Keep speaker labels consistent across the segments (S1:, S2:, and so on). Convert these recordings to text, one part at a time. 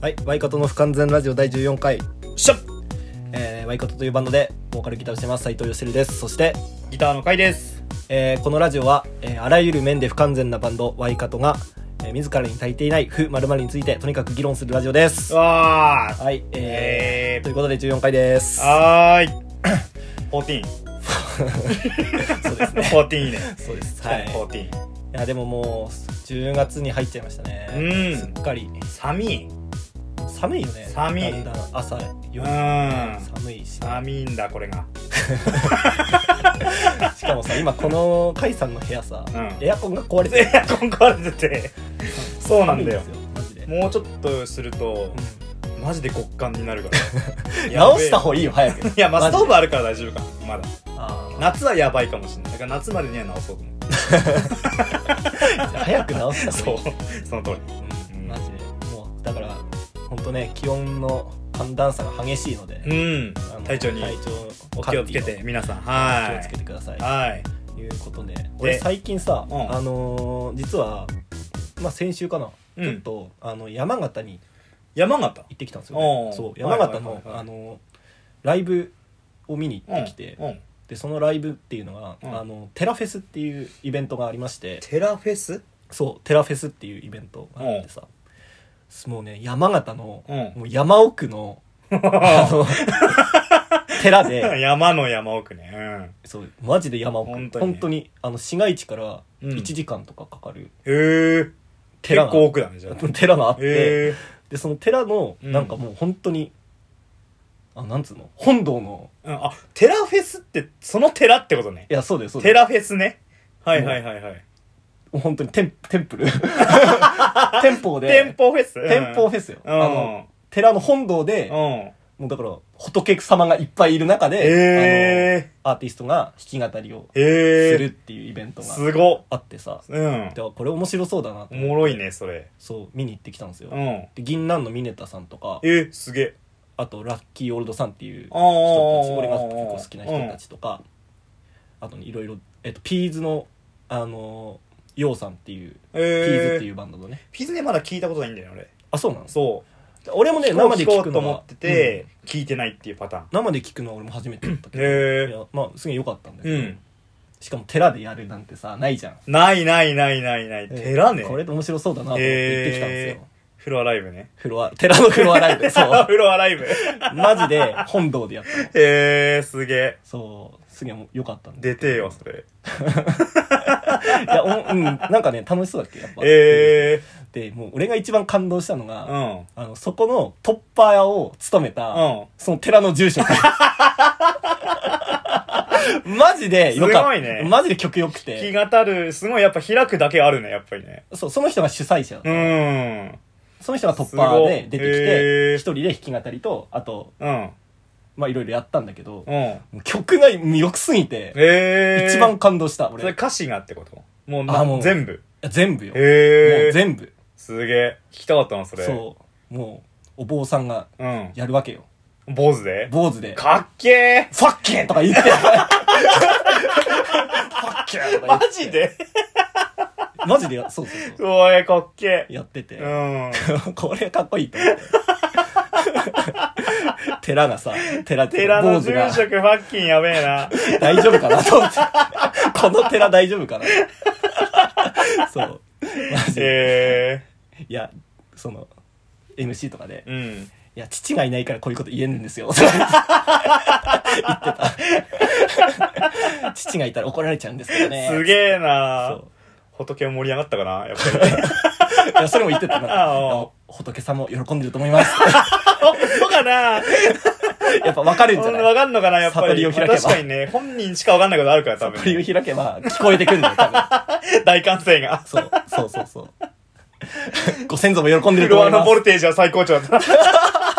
S1: はい、ワイカトの不完全ラジオ第14回、
S2: しゃ
S1: えー、ワイカトというバンドでボーカルギターをしてます斉藤よしるです。そして、
S2: ギターの回です。
S1: えーこのラジオは、えーあらゆる面で不完全なバンドワイカトが、えー自らに足りていない不〇〇についてとにかく議論するラジオです。は
S2: わー
S1: い、え
S2: え
S1: ー、とい
S2: ー
S1: うことで14回です。
S2: はーい。14。
S1: そうですね。
S2: 14ね。
S1: そうです。はい。い
S2: 14。
S1: や、でももう、10月に入っちゃいましたね。
S2: う
S1: すっ
S2: ん。
S1: かり。
S2: 寒い。
S1: 寒いよね。
S2: 寒い
S1: だんだん朝
S2: う
S1: 夜
S2: ん。
S1: 寒いし。
S2: 寒いんだ、これが。
S1: しかもさ、今この甲斐さんの部屋さ、
S2: うん
S1: エアコンが壊れてる
S2: エアコン壊れてて。そうなんだよ
S1: 寒いんですマジで。
S2: もうちょっとすると、マジで極寒になるから。やべえ
S1: 直した方がいいよ早く
S2: いや、まあ、
S1: マ
S2: ス
S1: ジ
S2: トーブあるから大丈夫か。まだ。
S1: あー
S2: 夏はやばいかもしれない。だから夏までには直そうと思う。
S1: じゃあ早く直した
S2: そ。
S1: 方がいいう
S2: その通り。
S1: うん、マジでもうだから本当ね気温の寒暖差が激しいので、
S2: うん
S1: あの。
S2: 体調に
S1: 体調
S2: お気をつけて、皆さん。は
S1: 管理を
S2: い。
S1: 気をつけてください
S2: はい。
S1: ということで俺最近さ、
S2: うん
S1: あのー実はまあ先週かな、
S2: うん
S1: ちょっとあの山形に
S2: 山形
S1: 行ってきたんですよ、ね
S2: お、う
S1: そう
S2: は
S1: 山
S2: いはい
S1: 形の、
S2: はいはい
S1: あのーライブを見に行
S2: う
S1: っ
S2: ん
S1: てきて、
S2: うん
S1: でそのライブっていうのが、
S2: うん
S1: あのテラフェスっていうイベントがありまして
S2: テラフェス
S1: そうテラフェスっていうイベントがあってさ、もうね山形の、
S2: うん
S1: もう山奥 のあの寺で
S2: 山の山奥ねうん
S1: そうマジで山奥本
S2: 本
S1: 当
S2: 当
S1: に
S2: に
S1: あの市街地から
S2: うん
S1: 1時間とかかかる
S2: へえ
S1: 寺
S2: 結
S1: が、
S2: 構奥だねじゃあ
S1: 寺があって、
S2: へえ
S1: でその寺の
S2: うん
S1: なんかもう本当に、あなんつうの本堂の
S2: うんあテラフェスってその寺ってことね
S1: いやそうですそうです
S2: テラフェスねはいはいはいはい
S1: もう本当にテンテンプル 店舗で
S2: 店舗フェス
S1: 店舗フ
S2: ェス
S1: ェスよ、
S2: うん
S1: あの寺の本堂で、
S2: うん
S1: もうだから仏様がいっぱいいる中で、
S2: へえ
S1: あのアーティストが弾き語りをす
S2: へ
S1: るっ
S2: え
S1: ていうイベントが
S2: すごっ
S1: あってさ、
S2: うん
S1: でこれ面白そうだなと
S2: おもろいねそれ
S1: そう見に行ってきたんですよ、
S2: うん
S1: で銀杏のミネタさんとか
S2: えすげえ
S1: あとラッキーオールドさんっていう人た
S2: あー
S1: ち俺が結構好きな人たちとか、あといろいろえっとピーズのあのヨウさんっていう、
S2: ピ
S1: ピ
S2: ー
S1: ーズって
S2: う
S1: いうバンドのね
S2: ピーズねまだ聞いたことないんだよね
S1: あそうなん
S2: 俺
S1: です
S2: そう
S1: 俺もね
S2: 聞こう
S1: 生で
S2: 聞こ
S1: 聞
S2: う
S1: く
S2: と
S1: のは
S2: 思ってて聞いてないっていうパターン
S1: 生で聞くのは俺も初めてだったけど、
S2: へー
S1: いやまあすげえ良かったんだけど、
S2: うん
S1: しかも寺でやるなんてさないじゃん
S2: ないないないないない。寺ね。
S1: これ面白そうだなと思って行ってきたんですよ、
S2: フロアライブね。
S1: フロア寺のフロアライブでそ
S2: あ
S1: う
S2: フロアライブ。へ
S1: マジで本堂でやったの
S2: えー、すげえ。
S1: そうすげえ良かったんで
S2: 出てえよ、それ。
S1: いやおうんなんかね楽しそうだっけやっぱ、
S2: え
S1: でもう俺が一番感動したの
S2: ー。
S1: が、
S2: うん。
S1: あのそこのトッパー屋を務めた、
S2: うん
S1: その寺の住 職マジでよかった
S2: すごいね
S1: マジで曲よく
S2: 気
S1: て
S2: がたる、すごいやっぱ開くだけあるね、やっぱりね。
S1: そうその人が主催者、
S2: うん。
S1: その人がトッパーで出てき
S2: す
S1: て
S2: ごいへー
S1: 一人で弾き語りとあと
S2: うん。
S1: まあいろいろやったんだけど
S2: うん。え
S1: もう曲が良くすぎて
S2: えー。
S1: 一番。感動した
S2: それ
S1: 俺
S2: 歌詞がってこともう
S1: あ
S2: な
S1: もう
S2: 全部。
S1: 全部よもう
S2: へえー。
S1: 全部
S2: すげえ。聞きたかったな、それ。
S1: そうもうお坊さんが
S2: う。うん。
S1: やるわけよ
S2: 坊主で
S1: 坊主で「フ
S2: かっけ
S1: ァッケー!」とか言って「ファッケー!」とか言
S2: ーマ
S1: って
S2: ジで
S1: マジでやそうそうそう
S2: うおい、かっけ
S1: やってて、
S2: ー。うん。
S1: これかっこいいと思っ て寺がさ寺って
S2: 寺の
S1: 坊
S2: 住
S1: 主が
S2: 職ファッキンやべえな。
S1: 大丈夫かなと思 って。この寺大丈夫かなそう。マジで。
S2: へ
S1: いや、その、MC とかで
S2: え、うん。
S1: いや、父がいないからこういうこと言えるんですよ。と か言ってた。父がいたら怒られちゃうんですけどね。
S2: すげえな
S1: そ
S2: 仏は盛り上がったかなやっぱり。
S1: う。いや、それも言ってたな。
S2: あ
S1: い
S2: あ
S1: や仏さんも喜んでると思います。
S2: そうかな
S1: やっぱ分かるんじゃない
S2: わかんのかなやっぱ
S1: 悟
S2: り。
S1: りを開けば
S2: 確かにね、本人しかわかんないことあるから、多分
S1: これを開けば聞こえてくるんだよ、多分。
S2: 大歓声が。
S1: そう、そうそうそう。ご先祖も喜んで
S2: フ
S1: ると
S2: ロ
S1: 思
S2: ア
S1: いま
S2: の
S1: す
S2: ボ。ルテージは最高潮だった。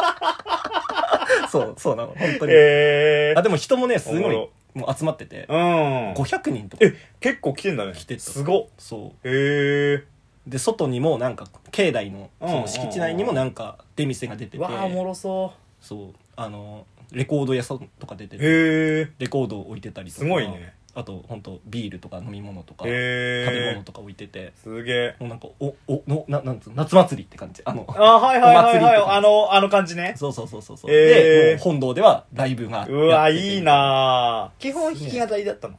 S1: そう、そうなの、本当に。
S2: へえ
S1: あ、でも人もね、す
S2: お
S1: ご
S2: も
S1: い、
S2: ろ
S1: もう集まってて、
S2: うん。
S1: 500人とか。
S2: え、結構来てんだね。
S1: 来てた
S2: すご
S1: そ
S2: っ。へえ。
S1: う。で、外にもなんか、境内の、
S2: う
S1: そ
S2: ん
S1: の敷地内にもなんか、出店が出てて、
S2: わあ、おもろそ
S1: そう、あの、レコード屋さんとか出て
S2: う。
S1: て、
S2: へえ。
S1: レコードを置いてたりとか。
S2: すごいね。
S1: あと本当ビールとか飲み物とか食べ
S2: へ
S1: 物
S2: え
S1: とか置いてて
S2: すげえ
S1: もうなんかおおのななんつうの夏祭りって感じ あの
S2: あはいはいはいはい
S1: お祭りって感じ
S2: あのあの感じね
S1: そうそうそうそうそう、
S2: へー
S1: でもう本堂ではライブがやって
S2: う
S1: て
S2: わいいなぁ基本弾き語りだったの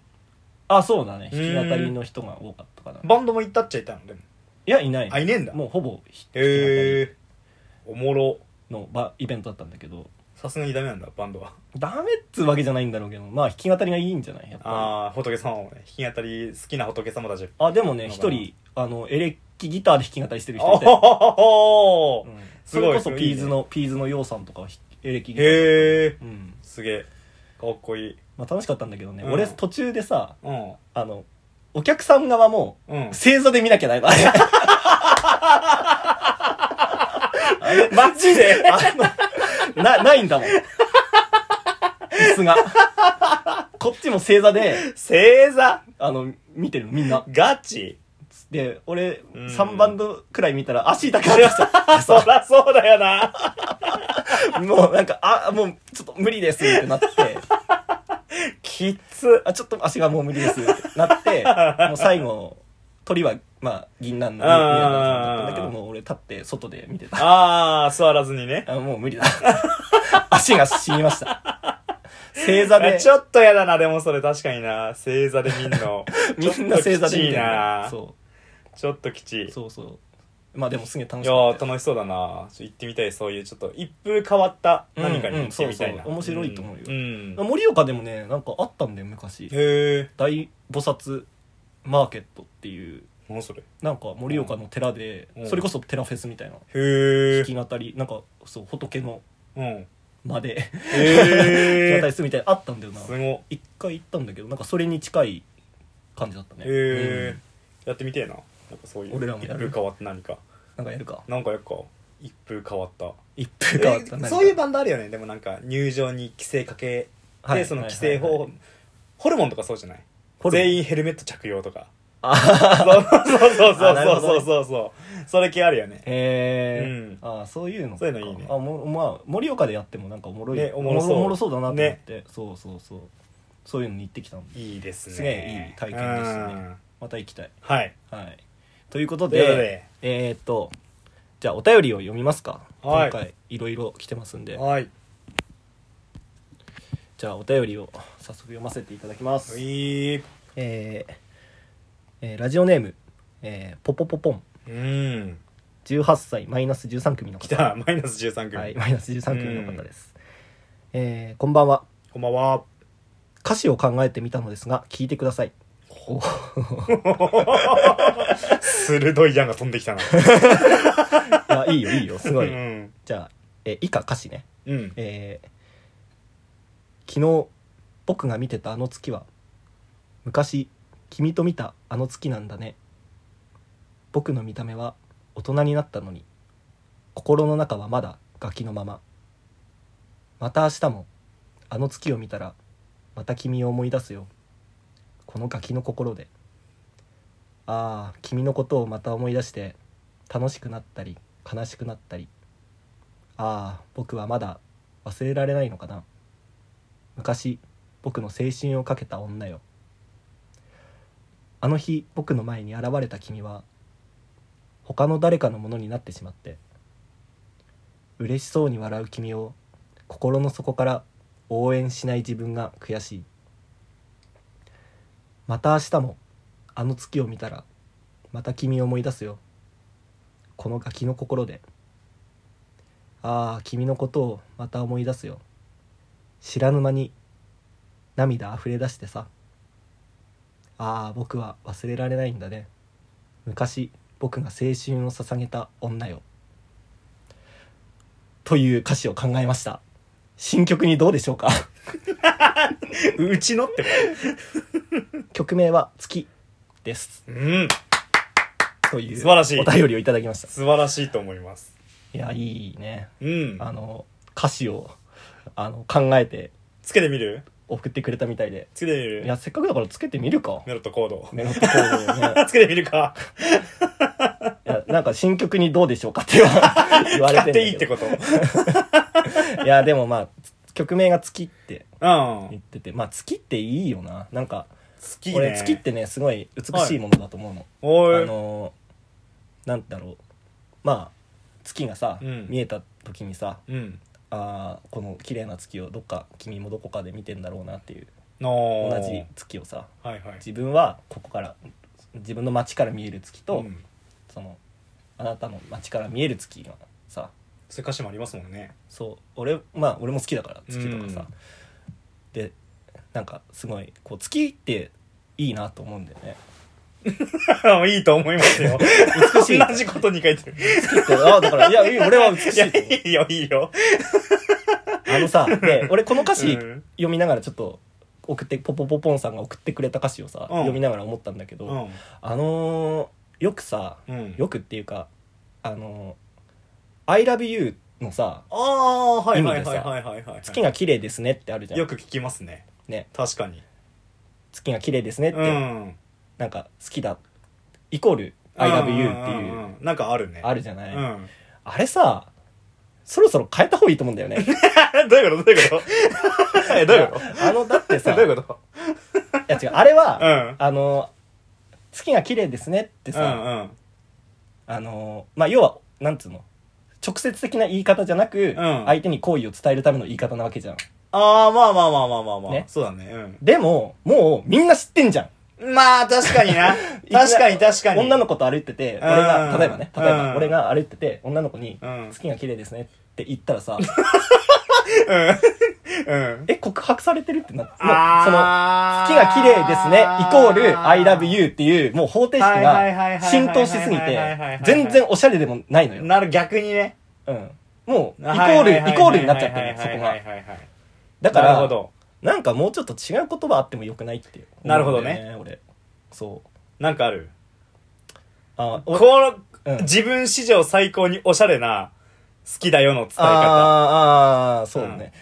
S1: あそうだね
S2: う
S1: 弾き
S2: ん
S1: 語りの人が多かったかな
S2: バンドも行ったっちゃいたのでも
S1: いやいない
S2: あいねえんだ
S1: もうほぼひ弾き語り
S2: へえおもろ
S1: の場イベントだったんだけど
S2: さすがにダメなんだバンドは
S1: ダメっつうわけじゃないんだろうけどまあ弾き語りがいいんじゃないやっぱ
S2: ああ仏様もね弾き語り好きな仏様たち
S1: りあでもね
S2: のか
S1: 一
S2: な
S1: 人あのエレキギターで弾き語りしてる人いて、
S2: おお
S1: うん
S2: す
S1: そ
S2: ご
S1: れ
S2: い
S1: こそ
S2: すごい
S1: ピーズのピーズのようさんとかはひエレキギターだった
S2: へえ
S1: うん
S2: すげえかっこいい
S1: まあ、楽しかったんだけどね、
S2: うん
S1: 俺途中でさ
S2: うん
S1: あのお客さん側も
S2: うん
S1: 正座で見なきゃないのあれ
S2: マジで
S1: あのなないんだもん椅子がこっちも正座で
S2: 正座
S1: あの見てるのみんな
S2: ガチ
S1: で俺
S2: うん
S1: 3バンドくらい見たら足痛くなりました
S2: そりゃそうだよな
S1: もうなんかあもうちょっと無理ですってなって
S2: きつ
S1: あちょっと足がもう無理ですってなってもう最後鳥はまあ銀杏の
S2: あー
S1: 宮川さんだったんだけどもう俺立って外で見てた
S2: ああ座らずにね
S1: あもう無理だ 足が死にました正座で
S2: ちょっとやだなでもそれ確かにな正座で見ん の
S1: みんな正座で見て
S2: ちょっときちい
S1: る
S2: な
S1: そ
S2: ちょっときちいう
S1: そうそうまあでもすげえ楽
S2: い
S1: し
S2: や
S1: かっ
S2: ー
S1: たよ
S2: 楽しそうだなちょっと行ってみたいそういうちょっと一風変わった何かに行ってみたいな、
S1: うんうんそうそう面白いと思うよ
S2: んん
S1: 盛岡でもねなんかあったんだよ昔
S2: へえ
S1: 大菩薩マーケットっていう
S2: 何それ
S1: なんか盛岡の寺で、
S2: うん
S1: それこそ寺フェスみたいな
S2: へ
S1: 弾
S2: え
S1: き語りなんかそう仏の
S2: うん
S1: 間で弾き
S2: へ
S1: 語
S2: え
S1: りするみたいなのあったんだよな
S2: すご
S1: 一回行ったんだけどなんかそれに近い感じだったね
S2: いへえ、やってみてえななんかそういう
S1: 俺らもやる
S2: 一風変わった何か
S1: うんなんかやるか
S2: なんかやっか一風変わった
S1: 一風変わった
S2: え
S1: 何か
S2: そういうバンドあるよねでもなんか入場に規制かけて、
S1: はい
S2: その規制法、
S1: はいはい
S2: ホルモンとかそうじゃない
S1: ホルモン
S2: 全員ヘルメット着用とかそうそうそうそうそう
S1: ああなるほど
S2: そう
S1: ね
S2: そうそうそれ系あるよね
S1: へえ
S2: うん
S1: あそういうのか
S2: そういうのいいね
S1: あもまあ盛岡でやってもなんかおもろい、
S2: ねおもろそう
S1: おもろそうだなと思って、そうそうそうそういうのに行ってきたので
S2: いいですね
S1: すげえいい体験でしたね
S2: うん
S1: また行きたい
S2: はい
S1: はいということ
S2: というこ
S1: で
S2: とで
S1: えー、っとじゃあお便りを読みますか、
S2: は
S1: 今
S2: い
S1: 回いろいろ来てますんで
S2: はい
S1: じゃあお便りを早速読ませていただきます
S2: うい
S1: えーえーラジオネーム、えーポポポポン
S2: うん
S1: 18歳マイナス13組の
S2: 来
S1: 方
S2: たマイナス13組、
S1: はい、マイナス13組の方です、えーこんばんは
S2: こんばんは
S1: 歌詞を考えてみたのですが聞いてくださいお
S2: 鋭い矢が飛んできたな
S1: あいいよいいよすごい
S2: うん
S1: じゃあ、えー以下歌詞ね
S2: うん
S1: えー昨日僕が見てたあの月は昔君と見たあの月なんだね僕の見た目は大人になったのに心の中はまだガキのまままた明日もあの月を見たらまた君を思い出すよこのガキの心でああ君のことをまた思い出して楽しくなったり悲しくなったりああ僕はまだ忘れられないのかな昔僕の青春をかけた女よあの日僕の前に現れた君は他の誰かのものになってしまって嬉しそうに笑う君を心の底から応援しない自分が悔しいまた明日もあの月を見たらまた君を思い出すよこのガキの心でああ君のことをまた思い出すよ知らぬ間に涙あふれ出してさああ僕は忘れられないんだね昔僕が青春を捧げた女よという歌詞を考えました新曲にどうでしょうか
S2: うちのってこ
S1: 曲名は「月」です
S2: とうん
S1: という
S2: 素晴らしい
S1: お便りをいただきました
S2: 素晴らしいと思います
S1: いやいいね
S2: うん
S1: あの歌詞をあの考えて
S2: つけてみる
S1: 送ってくれたみたいで
S2: つけてみ
S1: い
S2: る
S1: やせっかくだからつけてみるか
S2: メロットコード
S1: メロットコードをね
S2: つけてみるか
S1: いやなんか新曲にどうでしょうかって言わ 言われ
S2: 買
S1: て
S2: っていいって
S1: こ
S2: こと
S1: といやでもまあつ曲名が「月」って
S2: うん
S1: 言っててまあ「月」っていいよななんか
S2: 月ね
S1: 俺月ってねすごい美しいものだと思うの、
S2: おい
S1: あのーなんだろうまあ月がさ、
S2: うん
S1: 見えた時にさ
S2: うん
S1: あーこの綺麗な月をどっか君もどこかで見てんだろうなっていう
S2: の
S1: 同じ月をさ
S2: はいはい
S1: 自分はここから自分の街から見える月と、
S2: うん
S1: そのあなたの街から見える月がさ
S2: そういう歌詞もありますもんね
S1: そう俺まあ俺も好きだから月とかさ、
S2: うん
S1: でなんかすごいこう月っていいなと思うんだよね
S2: いいと思いますよ
S1: 美しい
S2: 同じことに書いてる
S1: 月ってああだからいやいい俺は美し
S2: いや
S1: いと思う
S2: いいよいいよ
S1: あのさで俺この歌詞
S2: うん
S1: 読みながらちょっと送ってポポポポンさんが送ってくれた歌詞をさ、
S2: うん
S1: 読みながら思ったんだけど、
S2: うん
S1: あのーよくさ
S2: うん
S1: よくっていうかあのー「ILOVEYOU」のさ
S2: ああはいはい
S1: 意味で
S2: はい
S1: さ
S2: はいはいはい
S1: 「月が綺麗ですね」ってあるじゃん、
S2: よく聞きますね
S1: ね、
S2: 確かに
S1: 月が綺麗ですねって、
S2: うん
S1: なんか好きだイコール「ILOVEYOU」って
S2: ん
S1: い
S2: ん
S1: うん
S2: なんかあるね
S1: あるじゃない、
S2: うん
S1: あれさそろそろ変えた方がいいと思うんだよね
S2: どういうことどういうこと えどういうこ
S1: あのだって
S2: と
S1: さ
S2: どういうこと
S1: いや違うあれは、
S2: うん
S1: あの月が綺麗ですねって
S2: う
S1: さ、
S2: んうん
S1: あのまあ要はなんつうの直接的な言い方じゃなく、
S2: ん
S1: 相手に好意を伝えるための言い方なわけじゃん
S2: ああまあまあまあまあまあまあ、
S1: ね
S2: そうだね
S1: でももうみんな知ってんじゃん
S2: うんまあ確かにな
S1: いきなり
S2: 確かに確かに
S1: 女の子と歩いてて
S2: ん
S1: 俺が例えばね例え
S2: う
S1: ば
S2: ん
S1: 俺が歩いてて女の子に
S2: うん
S1: 「月が綺麗ですね」って言ったら さ
S2: うん
S1: え告白されてるってなってもうその
S2: あ
S1: 月
S2: ー
S1: が綺麗ですね、イコール、I love you っていう、もう方程式
S2: はいはいはいはいはい
S1: が浸透しすぎ
S2: はいはいはいはいはい
S1: て、全然おしゃれでもないのよ。
S2: なる逆にね
S1: うん。もう、イコ
S2: は
S1: ー
S2: いはいはいは
S1: ル、
S2: い
S1: イコールになっちゃってるよ、そ
S2: はい
S1: こ
S2: はい
S1: が。
S2: はいはい
S1: だか
S2: なるほ
S1: ら、
S2: ど
S1: なんかもうちょっと違う言葉あってもよくないっていう。
S2: なるほどね
S1: 思うんだよ。俺。そう。
S2: なんかある
S1: あ、お
S2: この、
S1: うん
S2: 自分史上最高におしゃれな好きだよの伝え方
S1: あーあー、そうね。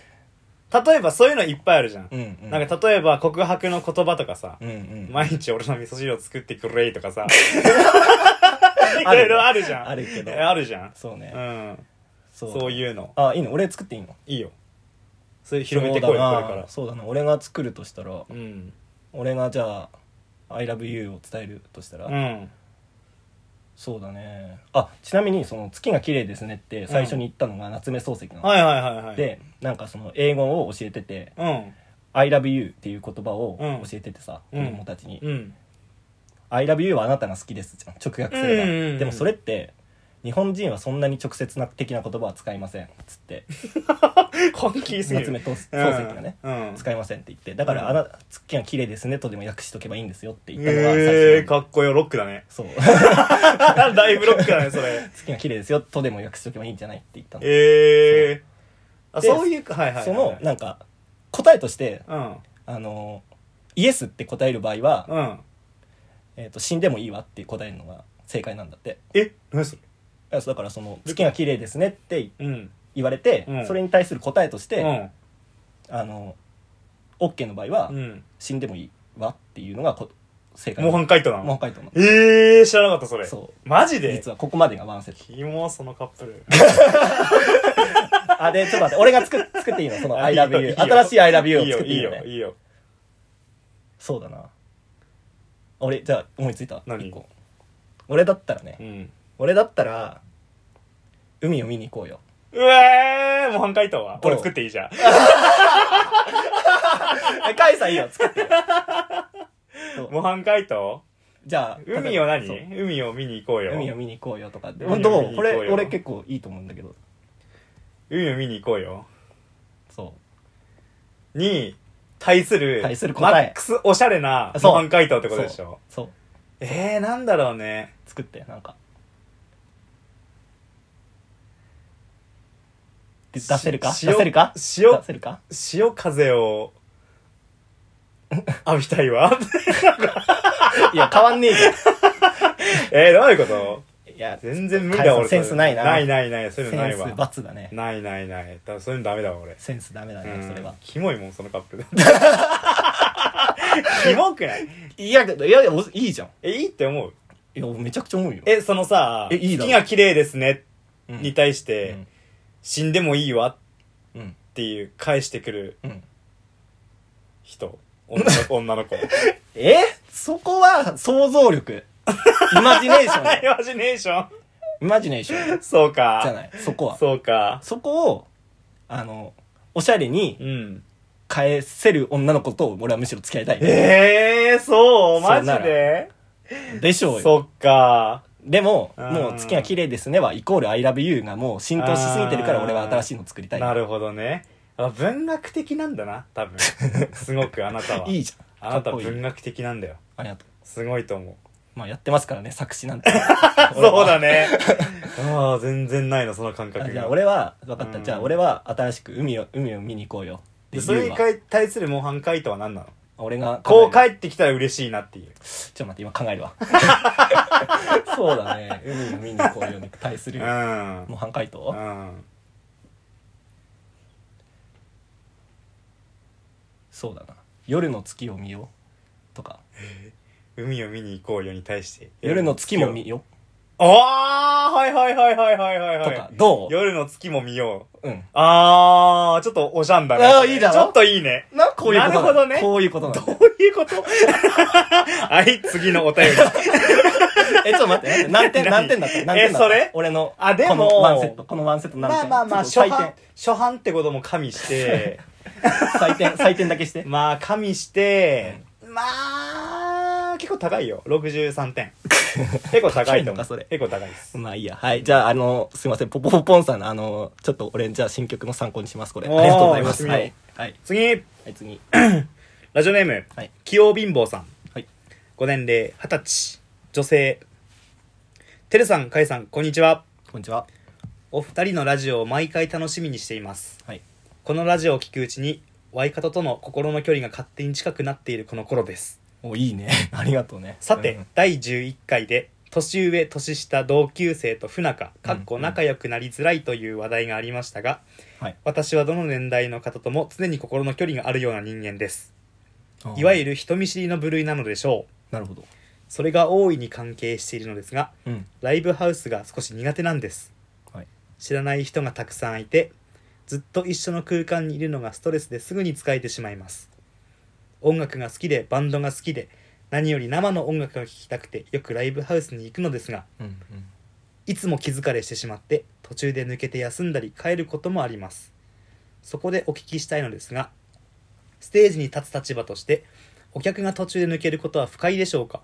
S2: 例えばそういうのいっぱいあるじゃん
S1: う、ん。う
S2: なん、か例えば告白の言葉とかさ、
S1: うんうん。
S2: 毎日俺の味噌汁を作ってくれと かさい
S1: ある
S2: ろいろあるじゃん
S1: あるけど
S2: えあるじゃん
S1: そうね
S2: う。ん
S1: そ
S2: そう
S1: う。
S2: いうの
S1: あ、いいの俺作っていいの
S2: いいよそれ広めてこい
S1: そう
S2: よ
S1: だな
S2: これから
S1: そうだな。俺が作るとしたら、
S2: うん
S1: 俺がじゃあ、I love you を伝えるとしたら、
S2: うん
S1: そうだねあちなみにその「月が綺麗ですね」って最初に言ったのが夏目漱石なの、
S2: はいはいはいはい
S1: でなんかその英語を教えてて
S2: うん
S1: 「I love you」っていう言葉を
S2: うん
S1: 教えててさ、
S2: うん
S1: 子供たちに「
S2: うん
S1: I love you」はあなたが好きですじゃん直訳すれば、
S2: うんうんうん
S1: でもそれって日本人はそんなに直接な的な言葉は使いませんつって
S2: 本気すぎ
S1: 夏目
S2: る
S1: 漱石がね、
S2: うんうん
S1: 使いませんって言ってだから、
S2: うん
S1: あな「月が綺麗ですね」とでも訳しとけばいいんですよって言ったのが最初
S2: え
S1: に
S2: ー、かっこよロックだね
S1: そう
S2: だいぶロックだねそれ
S1: 月が綺麗ですよとでも訳しとけばいいんじゃないって言ったの
S2: ええー、あ
S1: で
S2: そういうかはいはいはい
S1: そのなんか答えとして
S2: うん
S1: あのイエスって答える場合は、
S2: うん
S1: えー、と死んでもいいわって答えるのが正解なんだって
S2: え何それ
S1: だからだからその「月が綺麗ですね」って
S2: うん
S1: 言われて、
S2: うん
S1: それに対する答えとして、
S2: うん
S1: あの OK の場合は、
S2: うん
S1: 死んでもいいわっていうのがこ正解
S2: 模範解答な
S1: 模
S2: の
S1: 範解答なの
S2: ええー、知らなかったそれ
S1: そう
S2: マジで
S1: 実はここまでがワンセット
S2: キモそのカップル
S1: あでちょっと待って俺が 作っ作っていいのその「
S2: あいいよいい
S1: ILOVEYOU」
S2: よ
S1: 新しい「
S2: いい
S1: ILOVEYOU」を
S2: よ
S1: 作って
S2: い
S1: い
S2: い
S1: いよね
S2: よいいよ
S1: そうだな俺じゃあ思いついた
S2: 何
S1: 一個俺だったらね、
S2: うん
S1: 俺だったら海を見に行こうよ
S2: うえー、模範解答は
S1: どう
S2: 俺作っていいじゃん
S1: えカイさんいいよ作ってよ
S2: 模範解答
S1: じゃあ
S2: 海を何
S1: そう
S2: 海を見に行こうよ
S1: 海を見に行こうよとかで
S2: 海を見に行こう
S1: ど
S2: よ
S1: うこれ俺結構いいと思うんだけど
S2: 海を見に行こうよ
S1: そ
S2: に対する
S1: 対する答え
S2: マックスおしゃれな
S1: そう
S2: 模範解答っ
S1: う
S2: てことでしょ
S1: そうそう
S2: えー、なんだろうね
S1: 作ってなんかで出せるか
S2: し
S1: 出せるか
S2: 塩
S1: 出せるか
S2: 潮風を浴びたいわ
S1: いや変わんねえじ
S2: えー、どう いうこと
S1: ゃんいやセン
S2: 全然無理
S1: 解
S2: だ
S1: 散
S2: 俺
S1: センスないな
S2: ないないないそういうのない
S1: ス
S2: わ
S1: 罰だね
S2: ないないないだそういうのダメだわ俺
S1: センスダメだねそれ
S2: う
S1: は
S2: んキモいもんそのカップル キモくない
S1: いやいやいやおいいじゃん
S2: えいいって思う
S1: いやめちゃくちゃ思うよ
S2: えそのさ
S1: えいいだろ
S2: 月が綺麗ですね」
S1: うん
S2: に対して、
S1: うん
S2: 死んでもいいわっ
S1: うん
S2: ていう返してくる
S1: うん
S2: 人女の 子女の子
S1: えそこは想像 力。イマジネーショ
S2: イマジネーション
S1: ン。イマジネーション。
S2: そうか
S1: じゃない。そこは。
S2: そうか
S1: そこを、あの、おしゃれに
S2: うん
S1: 返せる女の子と俺はむしろ付き合いたい。
S2: ええー、そう
S1: そ
S2: マ
S1: う
S2: ジ
S1: なら
S2: で
S1: でしょうよ。
S2: そっか
S1: でも、
S2: うん
S1: もう月が綺麗ですねは、イコール I love you がもう浸透しすぎてるから
S2: あー
S1: 俺は新しいの作りたい。
S2: なるほどねあ文学的なんだな 多分すごくあなたはい
S1: いじゃん。
S2: あなた
S1: かっこいい
S2: 文学的なんだよ
S1: ありがとう。
S2: すごいと思う
S1: まあやってますからね、作詞なんて。
S2: そう だねああ全然ないなその感
S1: あじ
S2: 覚
S1: ゃ
S2: が
S1: あ俺は、分かった。
S2: うん
S1: じゃあ俺は新しく海を、海を見に行こうよ。
S2: で
S1: で、
S2: それ
S1: 言う
S2: に
S1: わ
S2: 対する模範回答は何なの
S1: 俺が考え
S2: こ
S1: る
S2: う帰ってきたら嬉しいなっていう
S1: ちょっと待って、今考える わ。そうだね。海を見に行こうよに対す
S2: う
S1: る
S2: ん
S1: 模範解
S2: う
S1: 答。
S2: ん
S1: そうだな。夜の月を見よう。とか。
S2: 海を見に行こうよに対して
S1: 夜の月も見よ。
S2: ああはいはいはいはいはいはいうは
S1: と
S2: い
S1: か。どう
S2: 夜の月も見よう
S1: うん。
S2: あーちょっとおじゃんだね
S1: あーいいだろ
S2: ちょっといいね
S1: な、こういうこと
S2: なるほどね
S1: こういうことなんだ
S2: どういうこと はい次のお便り
S1: え、ちょっと待って、待って何点、何点だった何点だった
S2: えそれ
S1: 俺の、
S2: あでも
S1: このワンセット、このワンセット何
S2: まあ
S1: 点
S2: まあまあ
S1: ち
S2: 初
S1: ょっと
S2: 版初版ってことも加味して
S1: 採点、採点、採点だけして。
S2: まあ加味してまあ結構高いよ63点 結構高いと
S1: 高いの
S2: 思
S1: か
S2: う
S1: それ
S2: 結構高いです
S1: まあいいや。はい。じゃあ、あの、すいません。ポポポポンさんの、あの、ちょっと俺、じゃあ新曲の参考にします、これ。あ
S2: おー
S1: りがとうございます。
S2: や
S1: は
S2: ってみよ
S1: い。はい。
S2: 次
S1: はい、次。
S2: ラジオネーム、
S1: はい
S2: 器用貧乏さん。
S1: はい
S2: ご年齢、二十歳、女性。てるさん、かいさん、こんにちは。
S1: こんにちは。
S2: お二人のラジオを毎回楽しみにしています。
S1: はい。
S2: このラジオを聞くうちに、ワイカタとの心の距離が勝手に近くなっているこの頃です。
S1: お、いいね。 ありがとうね。
S2: さて、
S1: うん
S2: 第11回で、年上、年下、同級生と不仲、かっこ仲良くなりづらいという話題がありましたが、
S1: はい。
S2: 私はどの年代の方とも常に心の距離があるような人間です。いわゆ
S1: る。
S2: る人見知りの部類なのでしょう。
S1: なるほど。
S2: それが大いに関係しているのですが
S1: うん。
S2: ライブハウスが少し苦手なんです
S1: はい。
S2: 知らない人がたくさんいてずっと一緒の空間にいるのがストレスですぐに疲れてしまいます音楽が好きでバンドが好きで何より生の音楽が聴きたくてよくライブハウスに行くのですが
S1: うん。うん。
S2: いつも気疲れしてしまって途中で抜けて休んだり帰ることもありますそこでお聞きしたいのですがステージに立つ立場としてお客が途中で抜けることは不快でしょうか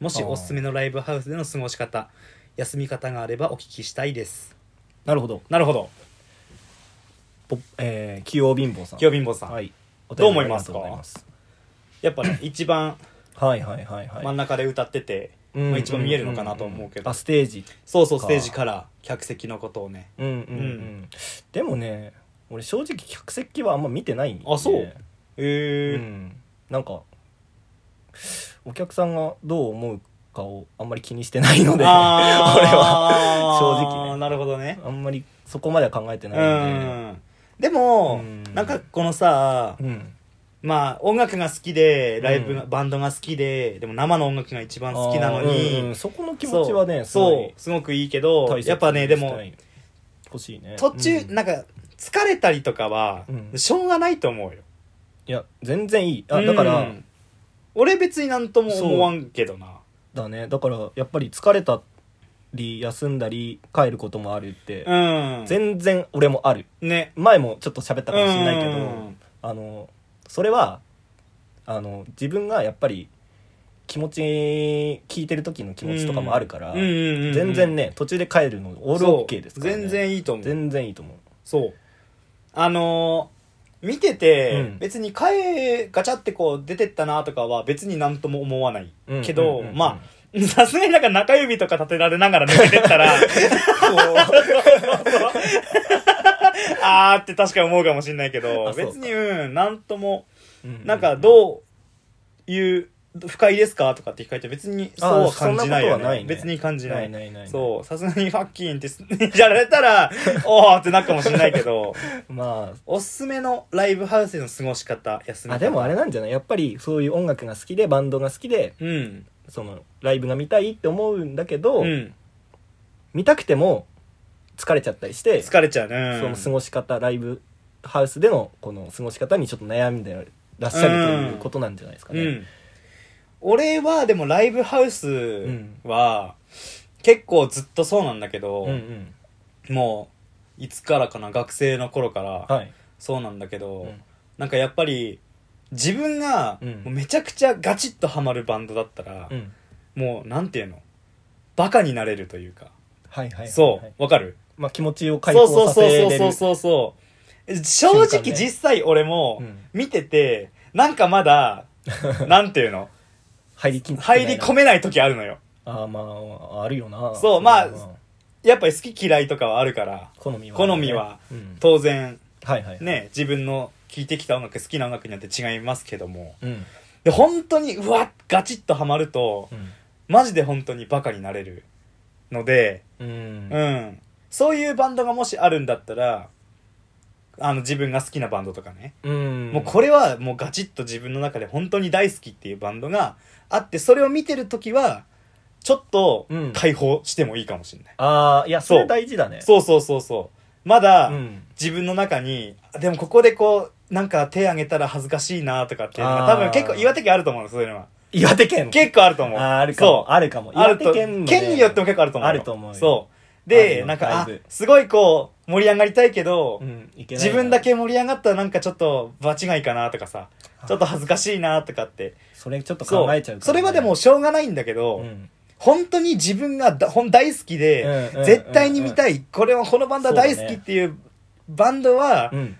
S2: もし
S1: あー
S2: おすすめのライブハウスでの過ごし方休み方があればお聞きしたいです
S1: なるほど。
S2: なるほど
S1: ポえー、器用貧乏さん。
S2: 清貧乏さん、
S1: はい。お
S2: どう思いますか
S1: 便りありがとうございます
S2: やっぱね一番
S1: はいはいはいはい。
S2: 真ん中で歌ってて、
S1: うん
S2: まあ、一番見えるのかなと思うけど、
S1: んんあ、ステージ。
S2: そうそう
S1: か
S2: ステージから客席のことをね
S1: うんうんうん。
S2: うん
S1: でもね、俺正直客席はあんま見てないんで。
S2: あそう
S1: う
S2: へえ
S1: ん。なんか、お客さんがどう思うかをあんまり気にしてないので、俺
S2: あー
S1: は。 正直ね
S2: なるほどね
S1: あんまりそこまでは考えて
S2: う
S1: ないんで。
S2: んでも、
S1: うん
S2: なんかこのさ、
S1: うん。
S2: まあ音楽が好きでライブが、
S1: う
S2: バンドが好きででも生の音楽が一番好きなの
S1: あーうんう
S2: に
S1: んそこの気持ちはね、す
S2: そう
S1: ご
S2: そう
S1: い
S2: すごくいいけどやっぱねでも
S1: 欲しいね
S2: 途中、
S1: うん
S2: なんか疲れたりとかは、
S1: うん
S2: しょうがないと思うよ
S1: いや全然いいあだか
S2: う
S1: ら、
S2: ん俺別になんとも思わんけどな
S1: だねだからやっぱり疲れたり休んだり帰ることもあるって、
S2: うん
S1: 全然俺もある
S2: ね
S1: 前もちょっと喋ったかもしれないけど、
S2: うん
S1: あのそれはあの自分がやっぱり気持ち聞いてる時の気持ちとかもあるから、
S2: うんうんうんうん
S1: 全然ね途中で帰るのオールオッケーですから、ね、
S2: そう全然いいと思う
S1: 全然いいと思う
S2: そうあのー見てて、
S1: うん
S2: 別に帰ガチャってこう出てったなとかは別になんとも思わない
S1: うん
S2: けど、
S1: うんうんうん
S2: まあさすがになんか中指とか立てられながら抜けてっ たら あーって確かに思うかもしれないけど
S1: あそうか
S2: 別にうんなんとも
S1: うん
S2: なんかどういう不快ですかとかって聞かれて別にそうは感じないよ
S1: あそんなこと
S2: ね
S1: はないね
S2: 別に感じない
S1: ないないないない
S2: そうさす がにハッキーンってやられたら おーってなるかもしれないけど
S1: まあ
S2: おすすめのライブハウスでの過ごし方休み方
S1: あでもあれなんじゃないやっぱりそういう音楽が好きでバンドが好きで
S2: うん
S1: そのライブが見たいって思うんだけど、
S2: うん
S1: 見たくても疲れちゃったりして、
S2: 疲れちゃうね
S1: その過ごし方ライブハウスでのこの過ごし方にちょっと悩んでらっしゃると
S2: うん
S1: いうことなんじゃないですか
S2: う
S1: ね。
S2: ん、俺はでもライブハウスは結構ずっとそうなんだけど、
S1: うんうん
S2: もういつからかな学生の頃から
S1: はい。
S2: そうなんだけど、
S1: うん
S2: なんかやっぱり自分が
S1: うん
S2: もうめちゃくちゃガチッとハマるバンドだったら、
S1: うん
S2: もうなんていうのバカになれるというか、
S1: はいはいはいはい。
S2: そうわかる
S1: まあ気持ちを解放させれる。
S2: そうそうそうそうそうそう正
S1: 瞬間
S2: 直
S1: ね
S2: 実際俺も
S1: うん
S2: 見てて、なんか まだなんていうの
S1: 入りき
S2: 入り込
S1: め。
S2: めない時あるのよ
S1: ああまあ、あるよな。
S2: そうまあ
S1: れは
S2: やっぱり好き嫌いとかはあるから
S1: 好みは。
S2: 好みは
S1: うん。
S2: 当然
S1: はいはい。。
S2: ね自分の聴いてきた音楽好きな音楽によって違いますけども
S1: うん。
S2: で本当にうわっガチッとハマると
S1: うん
S2: マジで本当にバカになれるので
S1: うん
S2: う。んそういうバンドがもしあるんだったらあの自分が好きなバンドとかね
S1: うん。
S2: もうこれはもうガチッと自分の中で本当に大好きっていうバンドがあってそれを見てる時はちょっと
S1: うん
S2: 解放してもいいかもしれない、
S1: ああ、いや、そ
S2: そ
S1: れ
S2: う
S1: 大事だね。
S2: そうそうそうそうまだ
S1: うん。
S2: 自分の中にあでもここでこうなんか手挙げたら恥ずかしいなとかっていうのが
S1: あ
S2: 多
S1: ー
S2: 分結構岩手県あると思うのそういうのは
S1: 岩手県。
S2: 結構あると思う
S1: あーあるか
S2: そ
S1: も。あるかも。
S2: うあ
S1: 岩
S2: ると
S1: 手
S2: 県
S1: 県のね
S2: によっても結構あると思うよ
S1: あると思うよ
S2: そう
S1: ある
S2: で
S1: よ
S2: なん
S1: だ
S2: か
S1: い
S2: あ
S1: ぶ
S2: すごいこう盛り上がりたいけど、
S1: うん、いけないな
S2: 自分だけ盛り上がったらなんかちょっと場違いかなとかさ
S1: あ
S2: ちょっと恥ずかしいなとかって
S1: それちょっと
S2: そう
S1: 考えちゃうからね
S2: それはでもしょうがないんだけど、
S1: うん
S2: 本当に自分がだほん大好きで、
S1: うんうん
S2: 絶対に見たい、これはこのバンドは大好きっていうバンドは、
S1: うん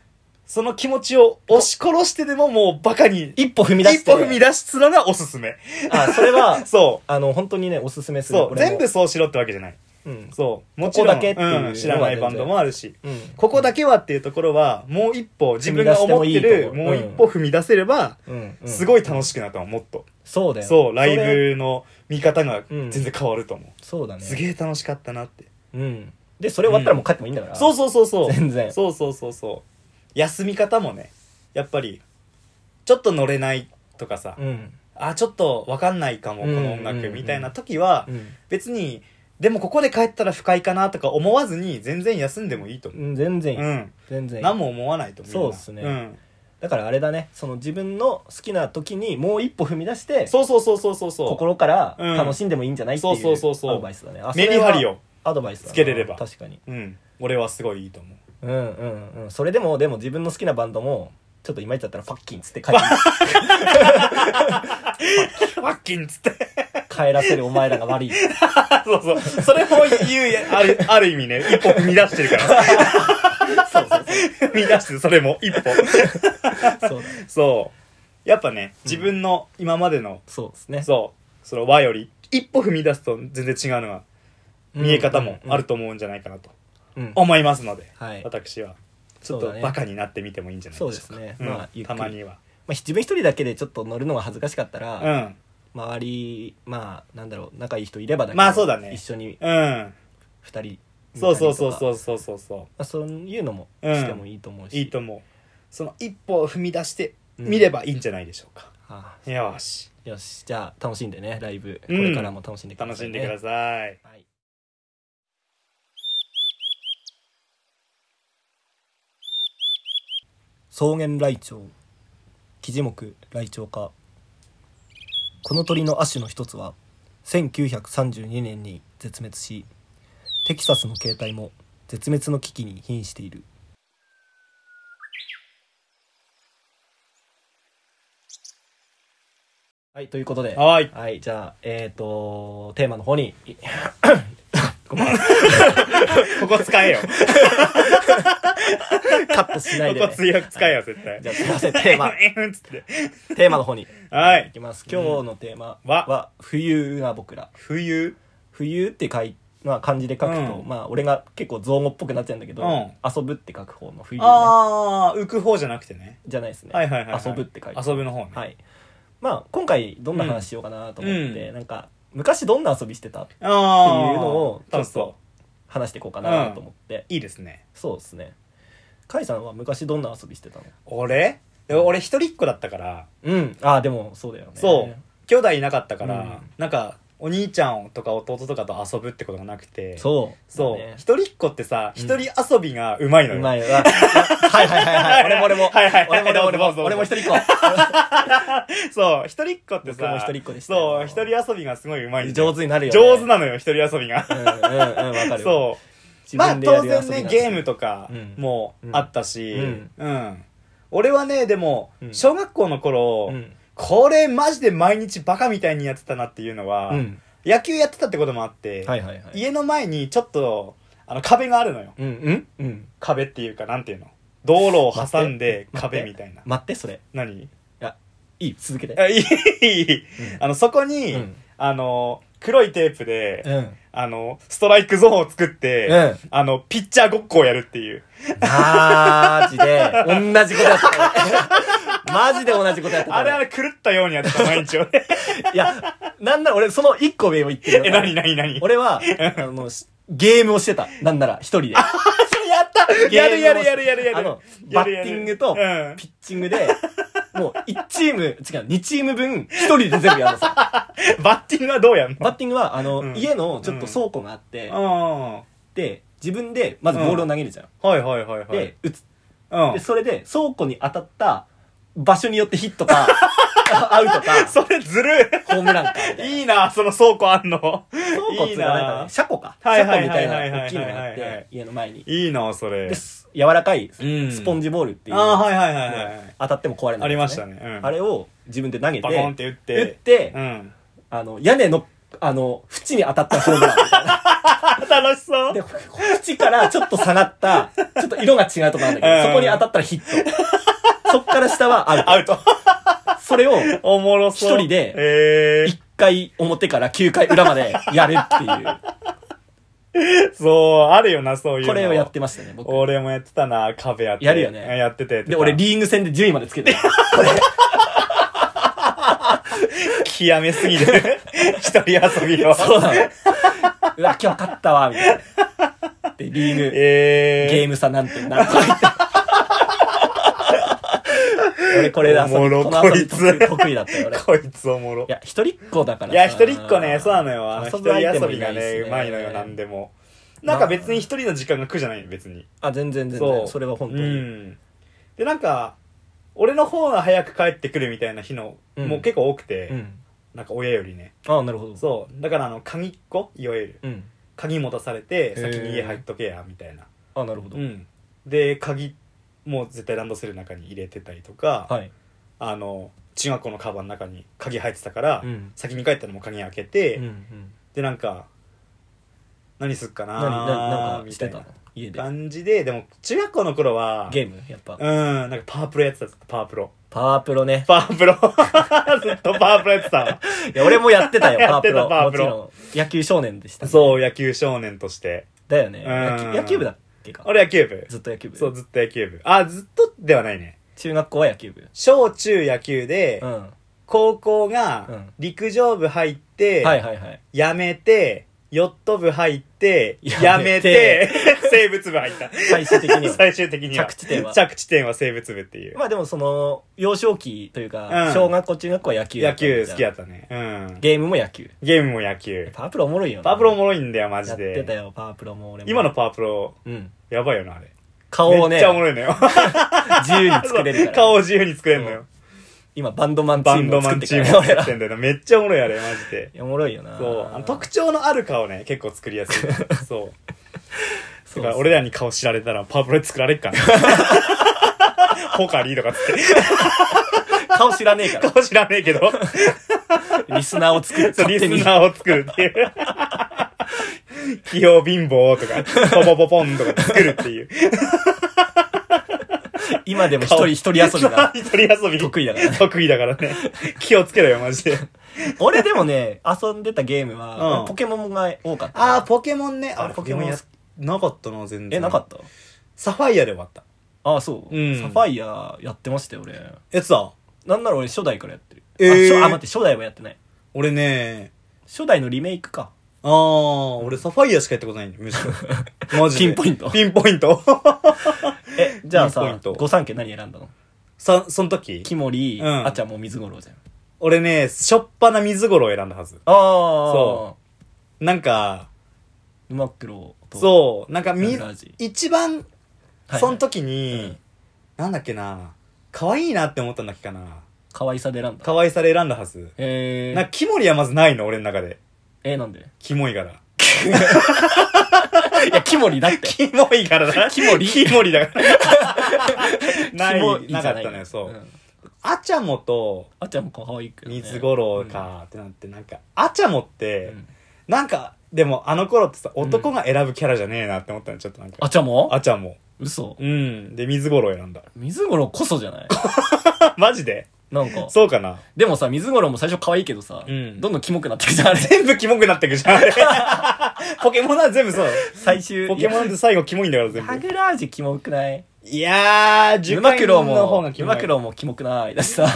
S2: その気持ちを押し殺してでももうバカに
S1: 一歩踏み出し
S2: 一
S1: て
S2: 歩踏み出すのがおすすめ
S1: あそれは
S2: そ
S1: あの本当にねおすすめ
S2: う
S1: する
S2: そう
S1: これも
S2: 全部そうしろってわけじゃない
S1: うん
S2: そうも
S1: こ
S2: ちろん
S1: だけっていうのは
S2: うん知らないバンドもあるし
S1: うん
S2: ここだけはっていうところはもう一歩自分が思ってる
S1: 踏み出して
S2: も
S1: も
S2: う
S1: いい
S2: 一
S1: とこ
S2: 歩踏み出せれば
S1: うんうん
S2: すごい楽しくなると思うもっと
S1: そうだよ
S2: そうライ
S1: それ
S2: ブの見方が
S1: うん
S2: 全然変わると思
S1: そうだ
S2: う
S1: ね
S2: すげえ楽しかったなって
S1: うんでそれ終わったらもう帰ってもいいんだから
S2: そうそうそうそう
S1: 全然
S2: そうそうそうそう休み方もねやっぱりちょっと乗れないとかさ
S1: うん
S2: あちょっと分かんないかもこ
S1: うん
S2: の音
S1: うんう
S2: 楽
S1: ん
S2: みたいな時は
S1: うん
S2: 別にでもここで帰ったら不快かなとか思わずに全然休んでもいいと思う
S1: うん全然いい
S2: うん
S1: 全然いい
S2: 何も思わないと思う
S1: そうっすね
S2: ん、
S1: だからあれだねその自分の好きな時にもう一歩踏み出して
S2: そうそうそうそうそうそう
S1: 心から
S2: うん
S1: 楽しんでもいいんじゃないっていう
S2: そうそうそうそう
S1: アドバイスだねあ
S2: メリハリ
S1: そは
S2: を
S1: アドバイスだな
S2: つけれれば
S1: 確かに
S2: うん俺はすごいいいと思う
S1: うんうんうんそれでもでも自分の好きなバンドもちょっといまいちだったら「ファッキン」っつって帰り
S2: ワッキンっつって
S1: 帰らせるお前らが悪い
S2: そうそうそれも言うあるある意味ね一歩踏み出してるか ら
S1: そうそう
S2: 踏み出してるそれも一歩
S1: そうそうだね
S2: そうやっぱね自分の今までの、
S1: そうですね
S2: そうその和より一歩踏み出すと全然違うのが見え方もある
S1: と
S2: と思うんじゃないかなと
S1: うん
S2: 思いますので、
S1: はい
S2: 私はち
S1: そ
S2: ょっ
S1: う
S2: と
S1: だね
S2: バカになってみてもいいんじゃないでしょうか
S1: そうですね
S2: ん
S1: まあゆっく
S2: た
S1: り
S2: まには
S1: まあ自分一人だけでちょっと乗るのが恥ずかしかった
S2: う
S1: ら
S2: ん
S1: 周りまあなんだろう仲いい人いればだけど
S2: まあそうだね
S1: 一緒に
S2: うん
S1: 二人
S2: そうそうそうそううそうそうそ
S1: そういうのもしてもいいと思う
S2: ういい
S1: し
S2: と思うその一歩を踏み出して
S1: うん
S2: 見ればいいんじゃないでしょうか、
S1: あ
S2: よし
S1: あよしじゃあ楽しんでねライブこ
S2: うん
S1: れからも楽しんでください
S2: 楽しんでくだ
S1: さ
S2: さい
S1: い草原ライチョウキジ目ライチョウ科この鳥の亜種の一つは1932年に絶滅しテキサスの形態も絶滅の危機に瀕しているはいということで
S2: はい
S1: はいじゃあえっ、とテーマの方にいごめん
S2: ここ使えよこ
S1: カットしないで、ね、
S2: こ 強く使えよ絶対
S1: じゃあすいませんテー マ
S2: つって
S1: テーマの方に
S2: はい
S1: きます今日のテーマ
S2: は
S1: は「冬が僕ら」
S2: 冬
S1: 「冬」って書い、まあ、漢字で書くと、
S2: うん
S1: まあ俺が結構造語っぽくなっちゃうんだけど「
S2: うん
S1: 遊ぶ」って書く方の「冬、ね」
S2: ああ浮く方じゃなくてね
S1: じゃないですね「
S2: はいはいはいはい
S1: 遊ぶ」って書いて
S2: 遊ぶの方ね
S1: はいまあ今回どんな話しようかなと思って、
S2: うん
S1: なんか昔どんな遊びしてた
S2: ああ
S1: っていうのを
S2: 楽しそ
S1: 話していこうかなと思って、
S2: ういいですね
S1: そうですね甲斐さんは昔どんな遊びしてたの
S2: 俺でも俺一人っ子だったから
S1: うんああでもそうだよね
S2: そう兄弟いなかったから、
S1: うん
S2: なんかお兄ちゃんとか弟とかと遊ぶってことがなくてう
S1: そう
S2: そう、
S1: だね
S2: 一人っ子ってさ一人遊びがうまいの
S1: う
S2: よ、
S1: まいわはい はいはいはい俺も俺も
S2: はいはいはい
S1: 俺も俺も俺
S2: どうぞどう
S1: も
S2: ぞ
S1: 俺も一人っ子
S2: そう一人っ子って
S1: 僕
S2: さ
S1: も一人っ子でした
S2: そう
S1: よ
S2: 一人遊びがすごいうまいんだよ
S1: 上手になるよね
S2: 上手なのよ一人遊びが
S1: うんうんうんわかる
S2: そう
S1: 自
S2: まあ
S1: 分でや
S2: 当
S1: る遊びなん
S2: 然
S1: て
S2: ねゲームとか
S1: うん
S2: も
S1: うん
S2: あったし
S1: うん
S2: うん俺はねでも
S1: うん
S2: 小学校の頃、
S1: うん
S2: これマジで毎日バカみたいにやってたなっていうのは、
S1: うん
S2: 野球やってたってこともあって、
S1: はいはいはい
S2: 家の前にちょっとあの壁があるのよ
S1: うんうんうん
S2: 壁っていうかなんていうの道路を挟んで壁みたいな
S1: 待ってそれ
S2: 何
S1: いい続けて
S2: あいいいいあのそこに、
S1: うん
S2: あの黒いテープで、
S1: うんうん
S2: あのストライクゾーンを作って、
S1: うん
S2: あのピッチャーごっこをやるっていう
S1: マジで同じことやってた マジで同じことやってた
S2: あれあれ狂ったようにやって た毎日俺
S1: いやなんなら俺その一個上を言ってるよ
S2: え何何何
S1: 俺はあのしゲームをしてたなんなら一人で
S2: それ やった
S1: ゲー
S2: や
S1: ムを
S2: るやるやるやるやる。
S1: あの
S2: やるや
S1: バッ
S2: る
S1: ティングと
S2: うん
S1: ピッチングで、もう1チーム、違う、2チーム分、1人で全部やるの さ。
S2: バッティングはどうやんの
S1: バッティングは、あの、
S2: うん
S1: 家のちょっと倉庫があって、
S2: あ
S1: で、自分でまずボールを投げるじゃん。
S2: あ。はいはいはいはい。
S1: で、打つ。
S2: うん
S1: で、。それで、倉庫に当たった場所によってヒット か、アウトか、
S2: それずる
S1: ホームランかみ
S2: い
S1: たいな。
S2: いいな、その倉庫あんの。
S1: 倉庫っつうかなんか
S2: いいな
S1: ね、車庫か。
S2: はい
S1: 車
S2: は
S1: 庫
S2: い
S1: み
S2: は
S1: た
S2: い
S1: い
S2: はい
S1: な
S2: はい
S1: 大きいのがあっ
S2: はいはい
S1: て、家の前に。
S2: いいな、それ
S1: で。す柔らかい、
S2: うん
S1: スポンジボールっていう、
S2: ああ、はいはいはいはい。
S1: 当たっても壊れない、
S2: ありましたね。。うん
S1: あれを自分で投げて、
S2: バコンって打っ。
S1: 打ってて
S2: う、ん。
S1: あの、屋根の、あの、縁に当たったホー ムランみたいな。
S2: あ、楽しそう。
S1: で、縁からちょっと下がった、ちょっと色が違うとこなんだけ
S2: うん
S1: ど、そこに当たったらヒット。そっから下はア
S2: ア
S1: ウ
S2: ウト。
S1: ト。それを、
S2: おもろそう。
S1: 一人で
S2: え
S1: 1回表から9回裏までやるっていう。
S2: えそう、あるよな、 そういうの。
S1: これをやってましたね、僕。
S2: 俺もやってたな、壁やって。
S1: やるよね
S2: やってて。
S1: で、俺、リーグ戦で10位までつけ てた。
S2: 極めすぎる。 一人遊びを。
S1: そうなの。 うわ、今日勝ったわ、みたいな。で、リーグ、
S2: えー、
S1: ゲーム差なんてなんとか言って。 俺これで遊び、
S2: おもろ
S1: この遊び
S2: こいつ
S1: 得意得意だったよ、俺。
S2: こいつおもろ
S1: い。や、一人っ子だから
S2: い
S1: さ
S2: や、一人っ子ね、そうなのよ。あの一
S1: 遊ぶ
S2: 人
S1: 相手
S2: 遊
S1: も
S2: び
S1: な
S2: が
S1: い
S2: ね、
S1: し
S2: うまいのよ、なんでも。なんか別に一人の時間が苦じゃないよ、別に。
S1: あ、全然全
S2: そ
S1: 然。
S2: う。
S1: それは本当
S2: う
S1: に。
S2: ん。で、なんか、俺の方が早く帰ってくるみたいな日の、
S1: うん
S2: もう結構多くて、
S1: うん。
S2: なんか親よりね。
S1: あ、なるほど。
S2: そう。だから、あの、鍵っ子いわゆる。
S1: うん。
S2: 鍵持たされて、
S1: ー
S2: 先に家入っとけや、みたいな。
S1: あ、なるほど
S2: う。ん。で、鍵も絶対ランドセルの中に入れてたりとか、
S1: はい。
S2: あの中学校のカバンの中に鍵入ってたから、
S1: うん
S2: 先に帰ったのも鍵開けて、
S1: うんうん。
S2: でなんか何すっかな
S1: 何、何、なんか
S2: み
S1: したて
S2: い
S1: たの
S2: な
S1: 家で。
S2: 感じででも中学校の頃は
S1: ゲームやっぱ
S2: う。んなんかパワープロやってたパワープロ
S1: パワープロね。
S2: パワープロ ずっとパワープロやってたわ
S1: いや、俺もやってたよ、パ
S2: や
S1: ワ
S2: っ
S1: ー
S2: て
S1: プ
S2: た
S1: ロ。
S2: パワー
S1: も
S2: プ
S1: ち
S2: ロ
S1: ろん。野球少年で したね。
S2: そう野球少年として
S1: だよね。
S2: うん
S1: 野球野球部だっけか。
S2: 俺野球部
S1: ずっと野球部。
S2: そうずっと野球部あずっとではないね
S1: 中学校は野球部。
S2: 小中野球で、
S1: うん。は
S2: 高校
S1: う
S2: が
S1: ん
S2: 陸上部入って、
S1: いはいはい。
S2: やめて、ヨット部入って、や
S1: や
S2: め
S1: め
S2: て
S1: て、
S2: 生物部入った。
S1: 最終的には。
S2: 最終的には。
S1: 着地点は
S2: 着地点は生物部っていう。
S1: まあでもその、幼少期という
S2: う
S1: か
S2: ん、
S1: 小学校、中学校は野球だ
S2: 野
S1: ったんだ
S2: 球好きだ
S1: じゃ
S2: ったね。うん
S1: あ。ゲームも野球。
S2: ゲームも野球。
S1: パワープロおもろいよな
S2: パワープロおもろいんだよ、マ
S1: や
S2: ジ
S1: ってた
S2: で。
S1: よパワープロも俺も
S2: 今のパワープロ、
S1: うん
S2: やばいよな、あれ。
S1: 顔を
S2: め
S1: ね
S2: っちゃおもろいのよ。
S1: 自由に作れるから
S2: 顔を自由に作れるのよ。
S1: 今バンドマンチ
S2: バ
S1: ー
S2: ン
S1: ム
S2: ド
S1: を
S2: マ
S1: 作っ
S2: ン
S1: て
S2: チ
S1: く
S2: ー
S1: れ
S2: ム
S1: た
S2: を
S1: 俺
S2: 作っ
S1: ら
S2: て
S1: い
S2: んだよな。めっちゃおもろい、あれ、マジで。
S1: やおも ろいよな
S2: そう。あの特徴のある顔ね、結構作りやすい。そう。
S1: そ
S2: だ
S1: う
S2: か
S1: 俺
S2: ら俺らに顔知られたらパワープロで作られっ からね。ポカリとかつって。
S1: 顔知らねえか
S2: 顔知らねえけど、
S1: らリスナーを作る
S2: そうリ
S1: 勝
S2: ス
S1: 手に
S2: ナーを作るっていう。器用貧乏とか、ポポポポンとか作るっていう。
S1: 今でも一人一人遊びが
S2: 一人遊び。
S1: 得意だからね
S2: 得意だからね。気をつけろよ、マジで。
S1: 俺でもね遊んでたゲーム
S2: う
S1: は
S2: ん
S1: ポケモンが多かった
S2: あー、ポケモンね。あ、
S1: 俺
S2: ポケモンや
S1: ポケ、
S2: なかったな、全然。
S1: えなかった
S2: サファイアで終わった。
S1: ああそう
S2: うん
S1: サファイアやってましたよ俺
S2: やつだ。
S1: なんなら俺初代からやってる
S2: え
S1: あ
S2: ー
S1: しょあ待って初代はやってない
S2: 俺ね、
S1: 初代のリメイクか
S2: あー、俺サファイアしかやったことないんだよ、むし ろ。マジで。
S1: ピンポイント
S2: ピンポイント。
S1: えじゃあ
S2: ピンポイン
S1: さ
S2: ト
S1: 御三家何選んだの
S2: さ、その時
S1: キモリ
S2: うん
S1: あちゃんも水五郎じゃん
S2: あ俺ね、しょっぱな水頃を選んだはず。
S1: ああ
S2: そなんか、
S1: うマクロと
S2: そう、なんかみ
S1: ラグラージ、
S2: 一
S1: は
S2: 番、
S1: い
S2: その時に、
S1: うん
S2: なんだっけな、可愛いなって思ったんだっけかな。
S1: 可愛さで選んだ
S2: 可愛さで選んだはず。
S1: え
S2: なん
S1: ー
S2: か、、キモリはまずないの、俺の中で。
S1: えー、なんでい
S2: キモいから。
S1: やキモリだって
S2: キモいからだな。
S1: キモリ
S2: キモリだから。 な
S1: キモ
S2: い、
S1: リじ
S2: な
S1: ゃ
S2: か
S1: な
S2: っ
S1: い
S2: たのよ、そう。
S1: ん
S2: アチャモと
S1: あっちゃんも可愛いけど、ね、
S2: 水五郎かってなって、なんか、アチャモっ
S1: うん、
S2: て、なんか、でもあの頃ってさ、男が選ぶキャラじゃねえなって思ったの、ちょっとなん
S1: あ
S2: か
S1: っ。ちゃんも
S2: アチャモ。
S1: 嘘
S2: うん。で、水五郎選んだ。
S1: 水五郎こそじゃない
S2: マジで
S1: なんか
S2: そうかな。
S1: でもさ水五郎も最初可愛いけどさ、
S2: うん
S1: どんどんキモくなってくじゃんあれ
S2: 全部キモくなってくじゃん。あれ ポケモンは全部そうだよ。
S1: 最終
S2: ポケモンって最後キモいんだから
S1: いやハ
S2: 全部。
S1: グラージキモくない
S2: いやー、樹
S1: 沼
S2: 海
S1: 九郎
S2: の方
S1: も
S2: がキモ
S1: 沼
S2: い
S1: 九。郎もキモくないだし さ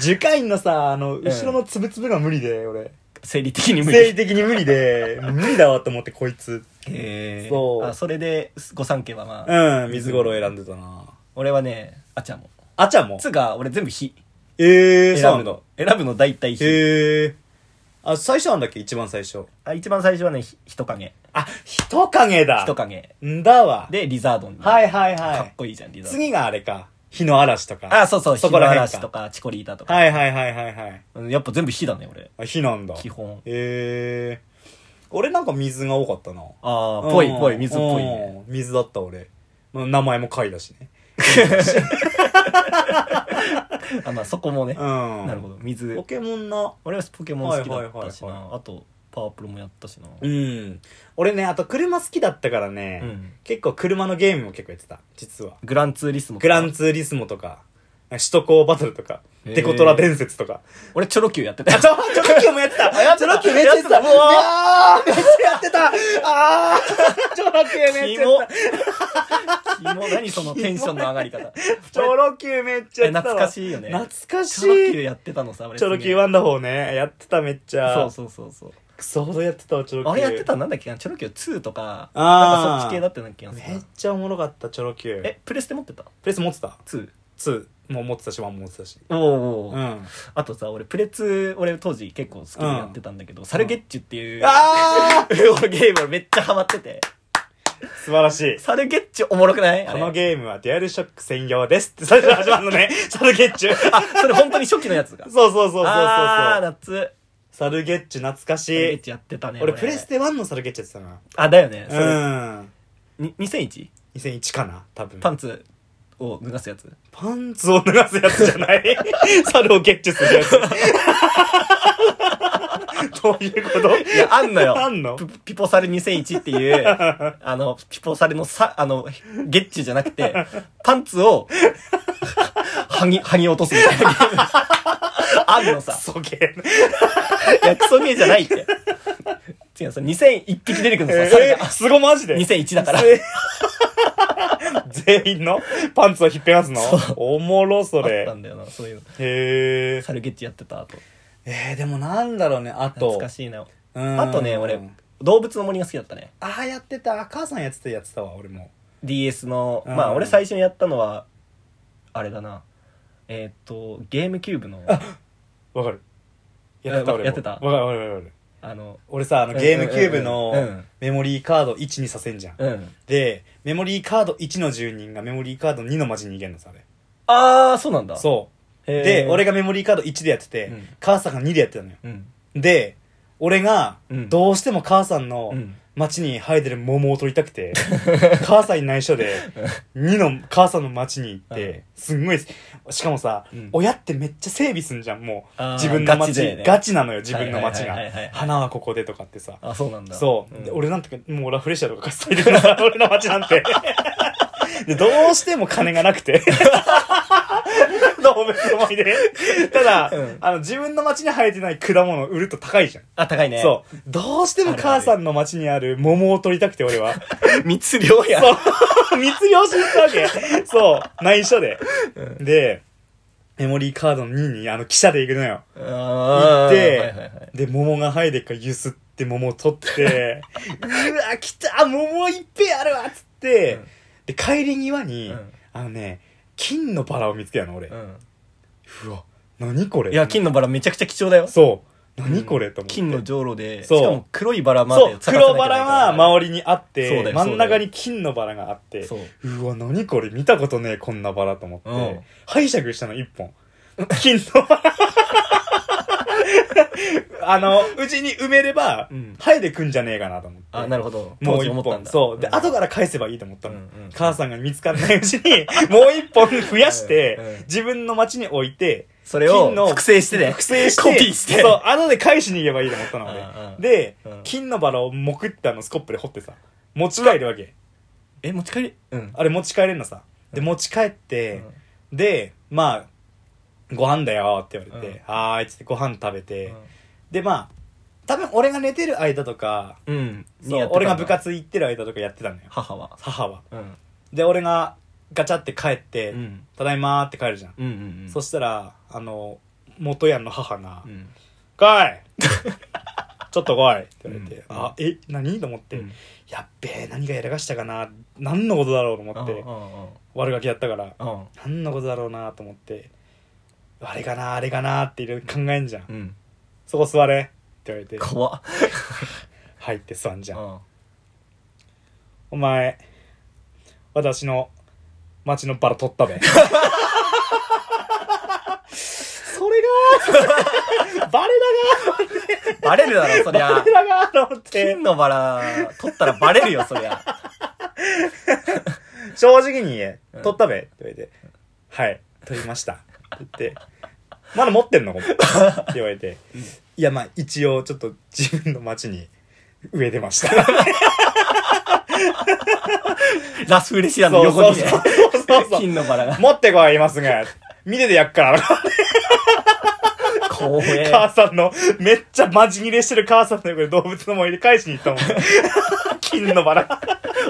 S2: 樹海のさ、あの、後ろのつぶつぶが無理で、俺。
S1: 生理的に無
S2: 生理
S1: 理
S2: 的に無理で、無理だわと思ってこいつ。
S1: へー
S2: そう
S1: あそれで御三家はまあ、
S2: うん、水五郎選んでたな。
S1: 俺はねあっちゃんも
S2: あちゃんも
S1: つうか俺全部火
S2: ええー、
S1: 選
S2: そう
S1: ぶ
S2: なんだ
S1: の。選ぶの大体火
S2: へえ。あ、最初なんだっけ一番最初。
S1: あ一番最初はねひ人影
S2: あ、人影だ。
S1: 人影
S2: んだわ。
S1: でリザードン
S2: はいはいは
S1: かっ
S2: い。
S1: こいいじゃんリザードン
S2: 次があれか。火の嵐とか。
S1: あそうそう
S2: そ
S1: 火
S2: こ
S1: の
S2: ら辺か
S1: 嵐とかチコリータとか
S2: はいはいはいはいはい。
S1: うんやっぱ全部火だね俺
S2: あ、火なんだ。
S1: 基本
S2: ええ俺なんか水が多かったな。
S1: ああぽい
S2: うん
S1: ぽい水っぽいね。
S2: うん水だった俺。まあ名前も貝だしね。
S1: あまあそこもね
S2: うん。な
S1: なるほ
S2: ど。
S1: ど水
S2: ポケモンの、
S1: 俺はポケモン好きだったし
S2: はいはいはい
S1: なあとパワープロもやったしな
S2: うん。俺ね、あと車好きだったからね、
S1: うん
S2: 結構車のゲームも結構やってた、実は。
S1: グランツーリスモとか
S2: グランツーリスモとか、首都高バトルとか、
S1: へー
S2: デコトラ伝説とか。
S1: 俺チョロ Q やってた
S2: あ、
S1: よ
S2: ちょ、ちょろきゅうもやってた。あ、ちょろきゅうめっちゃやってた。
S1: やってたうわ
S2: あーめっちゃやってた。あーち ょろきゅうめっちゃやって
S1: キモ何そのテンションの上がり方
S2: た。ちょろきゅうめっちゃやってた
S1: 懐
S2: わ。
S1: かしいよね
S2: 懐かし
S1: チョロ Q
S2: い。
S1: やってたのさ俺
S2: ちょろきゅうワンダホーね、やってためっちゃ。
S1: そうそうそうそう
S2: クソほどやってたわ、ちょろきゅう。
S1: あれやってたのなんだっけなチョロ Q 2とか
S2: あー
S1: なんかそっち系だったような気がする
S2: め
S1: な
S2: っちゃおもろかった、ちょろきゅう。
S1: えプレステ持ってた
S2: プレス持ってた
S1: 2?
S2: ?2 も持ってたし、1も持ってたし。
S1: おお、
S2: うん。あ
S1: あとさ俺プレツ俺当時結構好きでやってたんだけど、サルゲッチュっていう、
S2: あ
S1: ゲー ム俺めっちゃハマってて
S2: 素晴らしい。
S1: サルゲッチュおもろくないあ
S2: こ
S1: れ
S2: のゲームはデュアルショック専用です って最初始まるのね。サルゲッチュ。
S1: あそれ本当に初期のやつが
S2: そうそうそうそうそう
S1: ああ
S2: そう。
S1: 夏
S2: サルゲッチュ懐かし
S1: サルゲッ
S2: い。
S1: チュやってたね
S2: 俺プレステ1のサルゲッチュやってたな。
S1: あだよねそれ、
S2: うん。
S1: に 2001?
S2: 2001かな多分。
S1: パンツを脱がすやつ
S2: パンツを脱がすやつじゃない 猿をゲッチュするやつ。どういうこと
S1: いやあんのよ
S2: あんの
S1: ピピポサル2001っていう あのピポサルのさあのゲッチュじゃなくてパンツを はぎはぎ落とすみたいな ゲームあんのさ
S2: そげ
S1: いや、クソゲーじゃないって。違う、その2001匹出てくるの
S2: え。
S1: さ、それ
S2: えー、
S1: が。
S2: すごマジで
S1: 2001だから。
S2: え 全員のパンツを引っぺがすの
S1: そう
S2: おもろそ
S1: あっ
S2: れ
S1: た。んだよな、そういうの。
S2: へー
S1: サルゲッチやってた後。
S2: えー、でもなんだろうね、あと。
S1: 懐かしいな。
S2: うん
S1: あとね、俺、動物の森が好きだったね。
S2: ああ、やってた。母さんやってたやってたわ、俺も。
S1: DS の、
S2: うん
S1: まあ、俺最初にやったのは、あれだな。えーっと、ゲームキューブの、
S2: わかる。
S1: え
S2: やってた、
S1: わ
S2: 俺も。
S1: やってた
S2: わかる、わかる、わかる。
S1: あの、
S2: 俺さ、あの、ゲームキューブ
S1: うんうんうんう
S2: の
S1: ん
S2: メモリーカード1にさせんじゃん。
S1: うん。
S2: で、メモリーカード1の住人がメモリーカード2の街に逃げるのさ、あれ。
S1: あー、そうなんだ。
S2: そう。
S1: へー
S2: で、俺がメモリーカード1でやってて
S1: うん、
S2: 母さんが2でやってたのよ。
S1: うん。
S2: で、俺が
S1: う、ん
S2: どうしても母さんの
S1: うん
S2: 町に生えてる桃を取りた くて、母さんに内緒で、2の母さんの町に行っ
S1: うん
S2: て、すんごい、しかもさ
S1: うん、
S2: 親ってめっちゃ整備すんじゃん、もう
S1: あー。
S2: 自分の
S1: ガチ
S2: 町
S1: だよね
S2: ガチなのよ、自分の町が
S1: はいはいはいはいはい。
S2: 花はここでとかってさ。
S1: あ、そうなんだ。
S2: そう、
S1: ん
S2: で俺なんてかもうラフレシアとか 貸しといてください俺の町なんてでどうしても金がな くて動物の森でただ、
S1: うん
S2: あの自分の町に生えてない果物を売ると高いじゃん、
S1: あ、高いね。
S2: そうどうしても母さんの町にある桃を取りたくて俺は
S1: う。密漁や。
S2: そう密漁しに行ったわけそう内緒で、でメモリーカードの2にあの汽車で行くのよ行
S1: 行
S2: って、
S1: はいはいはい。
S2: で、桃が生えてっからゆすって桃を取 って、うわ、来た桃いっぺえあるわっつって、
S1: うん
S2: で、帰り際に、
S1: うん
S2: あのね、金のバラを見つけたの、俺。
S1: うん。
S2: うわ、何これ
S1: いや金のバラめちゃくちゃ貴重だよ
S2: そう何これ、と思って
S1: 金の上路でし
S2: そう
S1: かも黒いバラま
S2: そ
S1: で
S2: う黒バラは
S1: り
S2: 周りにあっ
S1: そうだ
S2: て
S1: よ
S2: 真ん中に金のバラがあって
S1: そう
S2: うわ何これ見たことねえこんなバラと思って、
S1: うん
S2: 拝借したの一本 金のバラ あのうちに埋めれば、
S1: うん
S2: 生えてくんじゃねえかなと思って
S1: あなるほど
S2: も
S1: 当
S2: う
S1: 時
S2: 一
S1: 思ったん
S2: 本
S1: だ
S2: そうで、
S1: ん
S2: 後から返せばいいと思ったの、
S1: うんうん
S2: 母さんが見つからないうちに もう一本増やして、
S1: うんうん
S2: 自分の町に置いて
S1: それを
S2: 金の
S1: 複製してね
S2: 複製して
S1: コピーして
S2: そう後で返しに行けばいいと思ったの俺、
S1: うんうん
S2: で、
S1: うん
S2: 金のバラをもくってあのスコップで掘ってさ持ち帰るわけ
S1: え持ち帰りうん
S2: あれ持ち帰れんのさで持ち帰って、でまあご飯だよって言われて、はーいっつってご飯食べて、でまあ多分俺が寝てる間とか
S1: うんうん
S2: そ
S1: にや
S2: う
S1: ってたんだ
S2: 俺が部活行ってる間とかやってたのよ
S1: 母は
S2: 母は
S1: うん
S2: で俺がガチャって帰って「
S1: うん
S2: ただいま」って帰るじゃん、
S1: うんうんうん
S2: そしたらあの元ヤンの母が「
S1: うん
S2: 来い ちょっと来い」って言われて「
S1: うん
S2: あえ何?」と思って「
S1: うん
S2: やっべえ何がやらかしたかな何のことだろう?」と思って
S1: う
S2: 悪ガキだったから
S1: んうんうん
S2: 何のことだろうなと思って「あれかなあれかな」っていろいろ考えんじゃん「
S1: うん
S2: そこ座れ」って言われて
S1: 怖っ
S2: 入って座んじゃん、
S1: うん
S2: お前私の町のバラ取っ たべそれがバレ
S1: バレるだろそり
S2: だが
S1: ゃ
S2: バレだがと思って
S1: 金のバラ取ったらバレるよそりゃ
S2: 正直に言
S1: う
S2: え
S1: ん
S2: 取ったべって言われて「はい取りました」って言って「まだ持っ てんの?」ここって言われて「いやまあ一応ちょっと自分の町に植えてました」
S1: ラスフレシアの横にね
S2: そうそうそうそう
S1: 金のバラが
S2: 持ってこい今すぐ見ててやっから
S1: 怖え
S2: 母さんの、めっちゃマジ切れしてる母さんの横で動物の森で返しに行ったもん。金のバラ。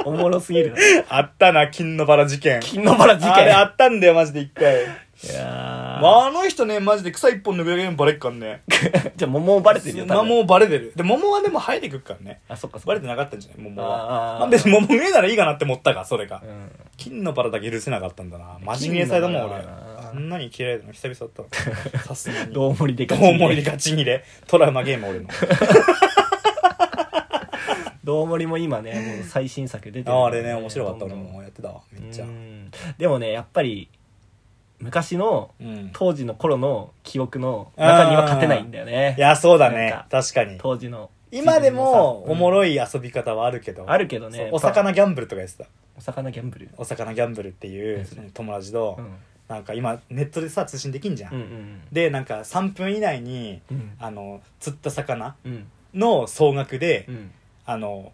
S1: おもろすぎるな
S2: あったな、金のバラ事件。
S1: 金のバラ事件
S2: あれあったんだよ、マジで一回。
S1: いやー
S2: まあ、あの人ね、マジで草一本抜くだけでもバレっかんね。
S1: じゃあ桃もバレてるよ多
S2: まあ
S1: 分
S2: もうバレてる。で、桃はでも生えてくっからね。
S1: あそっかそっか
S2: バレてなかったんじゃない桃
S1: あ
S2: は。
S1: ー
S2: まあ別に桃ねえならいいかなって思ったか、それが
S1: う。ん
S2: 金のバラだけ許せなかったんだな。マジ切れされたもん、
S1: 金
S2: 俺。
S1: のバラな
S2: あんなに嫌いだの久々 だったの。さすがに。
S1: どうもりで
S2: ど
S1: か
S2: う
S1: ち
S2: もりガチ切れ。トラウマゲーム 俺の。
S1: どうもりも今ねもう最新作出てるか
S2: あ
S1: ら
S2: あれね面白かっ
S1: ど
S2: た俺
S1: んどん
S2: もやってたわめっちゃ
S1: うんでもねやっぱり昔の
S2: うん
S1: 当時の頃の記憶の中には勝てないんだよね
S2: いやそうだ
S1: な
S2: ね
S1: んか
S2: 確かに
S1: 当時の
S2: 今でもおも
S1: ろ
S2: ろい遊び方はあるけど
S1: あるけどね
S2: そうお魚ギャンブルとかやってた
S1: お魚ギャンブル
S2: お魚ギャンブルっていう
S1: うん
S2: 友達と
S1: うん
S2: なんか今ネットでさ通信できんじゃ
S1: うん
S2: ん
S1: うん
S2: でなんか3分以内に
S1: うん
S2: あの釣った魚
S1: うん
S2: の総額で
S1: うん
S2: あの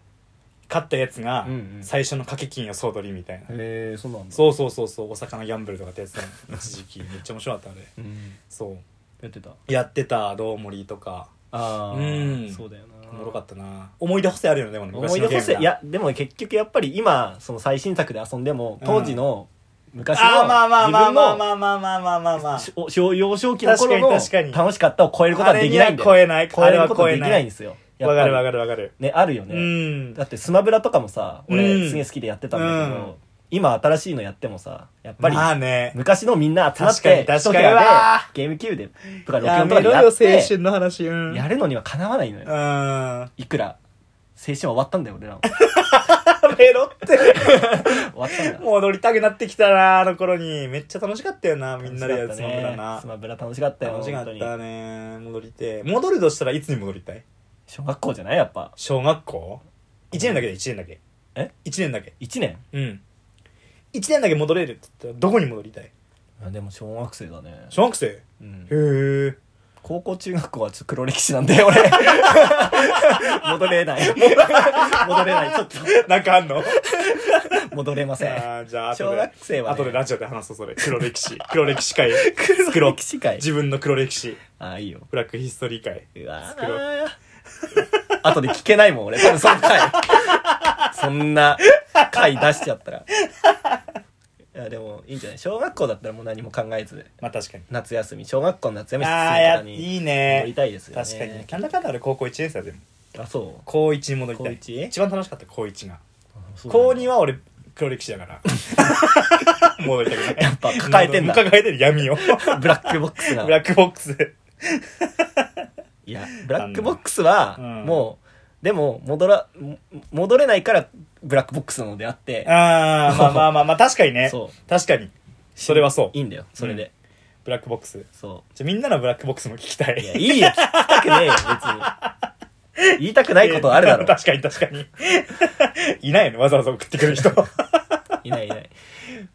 S2: 勝ったやつが
S1: うんうん
S2: 最初の掛け金を総取りみたいな
S1: へえそうなんだ
S2: そうそうそうそうお魚ギャンブルとかってやってたの 一時期めっちゃ面白かったあれ
S1: うん
S2: そう
S1: やってた
S2: やってたどうもりとか
S1: ああ
S2: うん
S1: そうだよな
S2: おもろかったな思い出補正あるよねでもね
S1: 思い出補正いやでも結局やっぱり今その最新作で遊んでも
S2: うん
S1: 当時の昔の
S2: あーまあまあ
S1: 自
S2: まあ
S1: 分
S2: まあ
S1: の
S2: まあまあまあまあまあまあ
S1: しお小幼少期の頃の
S2: 確かに確かに
S1: 楽しかったを超えることはできないんだよ
S2: あれには超えない
S1: 超えることは
S2: あれは超え
S1: で
S2: ない
S1: きないんですよ
S2: わかるわ
S1: か
S2: かるわかる
S1: るねあるよ
S2: う
S1: ね
S2: ん
S1: だってスマブラとかもさ
S2: うん
S1: 俺すげえ好きでやってたんだけ
S2: うん
S1: ど今新しいのやってもさやっぱり
S2: まあね
S1: 昔のみんな集まって
S2: 確かに
S1: 一部
S2: 確かにうわ
S1: 屋でゲームキューでとか64とかでやって
S2: の話うん
S1: やるのにはかなわないの
S2: う
S1: よ
S2: ん
S1: いくら青春は終わったんだよ 俺らは
S2: ペロって
S1: 終わったんだ
S2: 戻りたくなってきたなあの頃にめっちゃ楽しかったよなみんなでやる
S1: 楽
S2: つ
S1: し
S2: も
S1: か
S2: り
S1: ったね
S2: だな
S1: スマブラ楽しかったよ
S2: 楽しかっ
S1: 本当
S2: た
S1: に
S2: ね戻りてえ戻るとしたらいつに戻りたい
S1: 小学校じゃないやっぱ
S2: 小学校1年だけで1年だけ
S1: え
S2: 1年だけ
S1: 1年
S2: うん1年だけ戻れるって言ったらどこに戻りたい
S1: あでも小学生だね、
S2: 小学生へ
S1: うん、
S2: え
S1: 高校中学校はちょっと黒歴史なんで俺戻れない 戻れないちょっ
S2: なんかあんのあ
S1: と戻れません
S2: ーじゃあ後
S1: 小
S2: で
S1: 学生は、ね、
S2: 後でラジオで話そうそれ黒歴史黒歴史会作ろ
S1: 黒
S2: う
S1: 歴史会
S2: 自分の黒歴史
S1: あいいよ
S2: ブラックヒストリー会
S1: うわ
S2: 作ろ
S1: ー後で聞けないもん俺多分その回そんな回出しちゃったらいやでもいいんじゃない小学校だったらもう何も考えず
S2: まあ確かに
S1: 夏休み小学校の夏休み
S2: ああ
S1: 室
S2: や
S1: とかに
S2: いい
S1: 戻り
S2: ね
S1: たいですよね
S2: 確かになんだかんだ俺高校1年生だでも
S1: あそう
S2: 高1に戻りたい
S1: 高一
S2: 一番楽しかった高1が
S1: あそう
S2: 高
S1: なんだ
S2: 2は俺黒歴史だから戻りたくない
S1: やっぱ抱えてんだ
S2: 抱えてる闇 を
S1: ブラックボックスが
S2: ブラックボックス
S1: いやブラックボックス
S2: なんだ
S1: は
S2: うん
S1: もうでも戻らも戻れないからブラックボックスなのであって
S2: ああ まあまあまあまあ確かにね
S1: そ
S2: 確かにそれはそう
S1: いいんだよそれで、
S2: ブラックボックス
S1: そ
S2: じゃあみんなのブラックボックスも聞きた
S1: ういやい
S2: い
S1: いよ聞きたくねえよ別に言いたくないことあるだろ
S2: 確かに確か にいないよねわざわざ送ってくる人
S1: いないいない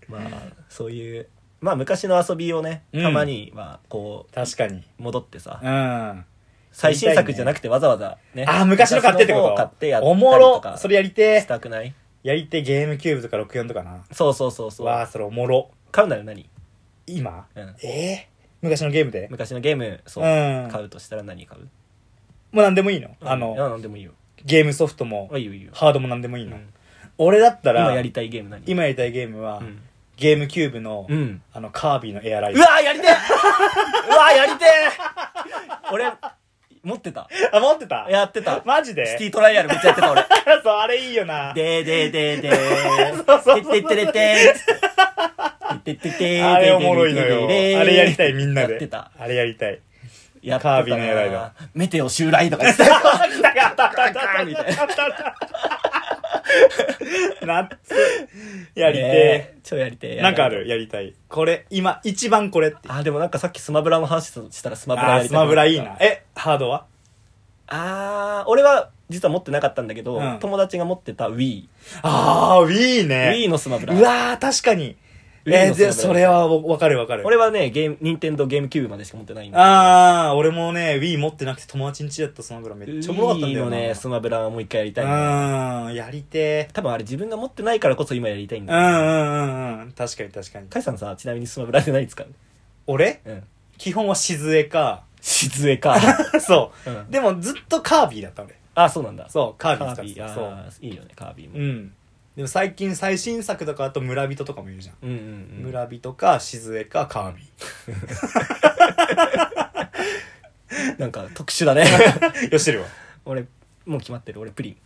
S1: まあそういうまあ昔の遊びをね
S2: うん
S1: たまにはこ
S2: 確かに
S1: う戻ってさ、
S2: うん
S1: 最新作じゃなくてわざわざね
S2: あー昔の買ってってこ
S1: 昔の方を買ってや
S2: と
S1: ったり
S2: お
S1: とか
S2: もろそれやり
S1: してたくない
S2: えやりてえゲームキューブとか64とかな
S1: そうそうそうそう
S2: わあそれおもろ
S1: 買うなら何、
S2: 今
S1: うん、
S2: えー昔のゲームで
S1: 昔のゲームそう、
S2: うん
S1: 買うとしたら何買う
S2: もう何でもいいのあ
S1: い
S2: の
S1: やなんでもいいよ
S2: ゲームソフトも
S1: あいいよいいよ、
S2: ハードも何でもいいうの
S1: ん
S2: 俺だった
S1: 今
S2: ら
S1: やりたいゲーム何
S2: 今やりたいゲームは
S1: うん、
S2: ゲームキューブの
S1: うん
S2: あのカービィのエアライ
S1: う
S2: ン
S1: わーやりてえうわーや りてえ俺持ってた
S2: あ持ってた
S1: やってた
S2: マジで
S1: シティトライアルめっちゃやって た俺
S2: そうあれいいよな
S1: でーでーでーで
S2: そうそう
S1: ー。てってってれてー。てってってってー。
S2: あれおもろいのよあ
S1: でーでーでーでー
S2: れやりたいみんな
S1: やって
S2: で
S1: た。
S2: あれやりたい
S1: やってたな
S2: カービィのやらいだ。
S1: メテオ襲来とか言ってたよ。
S2: あ来たかった来た
S1: カービィだよ
S2: 来たナッツ やり て
S1: ねー。超やりて
S2: え
S1: ー。
S2: なんかあるやりたいこれ今一番これって
S1: あ、でもなんかさっきスマブラの話したらスマブラ
S2: あ
S1: や
S2: ー
S1: り
S2: ス
S1: たくな
S2: マ
S1: った
S2: ブラいいな。えハードは
S1: あー、俺は実は持ってなかったんだけど、
S2: うん
S1: 友達が持ってた Wii。
S2: ああ Wii ね
S1: Wii のスマブラ。
S2: うわー確かに
S1: Wii
S2: えー
S1: のスマブラ
S2: でそれはわかるわかる
S1: 俺はね、ゲーム、任天堂ゲームキューブまでしか持ってないんだ
S2: ああ俺もね Wii 持ってなくて友達ん家だったスマブラめ
S1: け
S2: っ
S1: ど。
S2: ちゃおもろかったん
S1: Wii
S2: だよ
S1: の
S2: な
S1: ね、スマブラはもう一回やりたいね。
S2: うんやりてえ
S1: 多分あれ自分が持ってないからこそ今やりたいん
S2: う
S1: だ
S2: ん
S1: よね
S2: うんうんうん確かに確かに
S1: カイさんさちなみにスマブラで何使う
S2: 俺
S1: うん
S2: 基本は静江か
S1: 静江か、、
S2: そううんでもずっとカービィだった俺
S1: あそうなんだ
S2: そうカービ
S1: カ
S2: ィ
S1: ービ
S2: 使
S1: ィ
S2: ってたそう
S1: あーいいよねカービィも、
S2: うんでも最近最新作とかあと村人とかもいるじゃん、
S1: うん、うんうん
S2: 村人か静江かカービ
S1: なんか特殊だ ね
S2: ィよしてるわ
S1: 俺もう決まってる俺プリン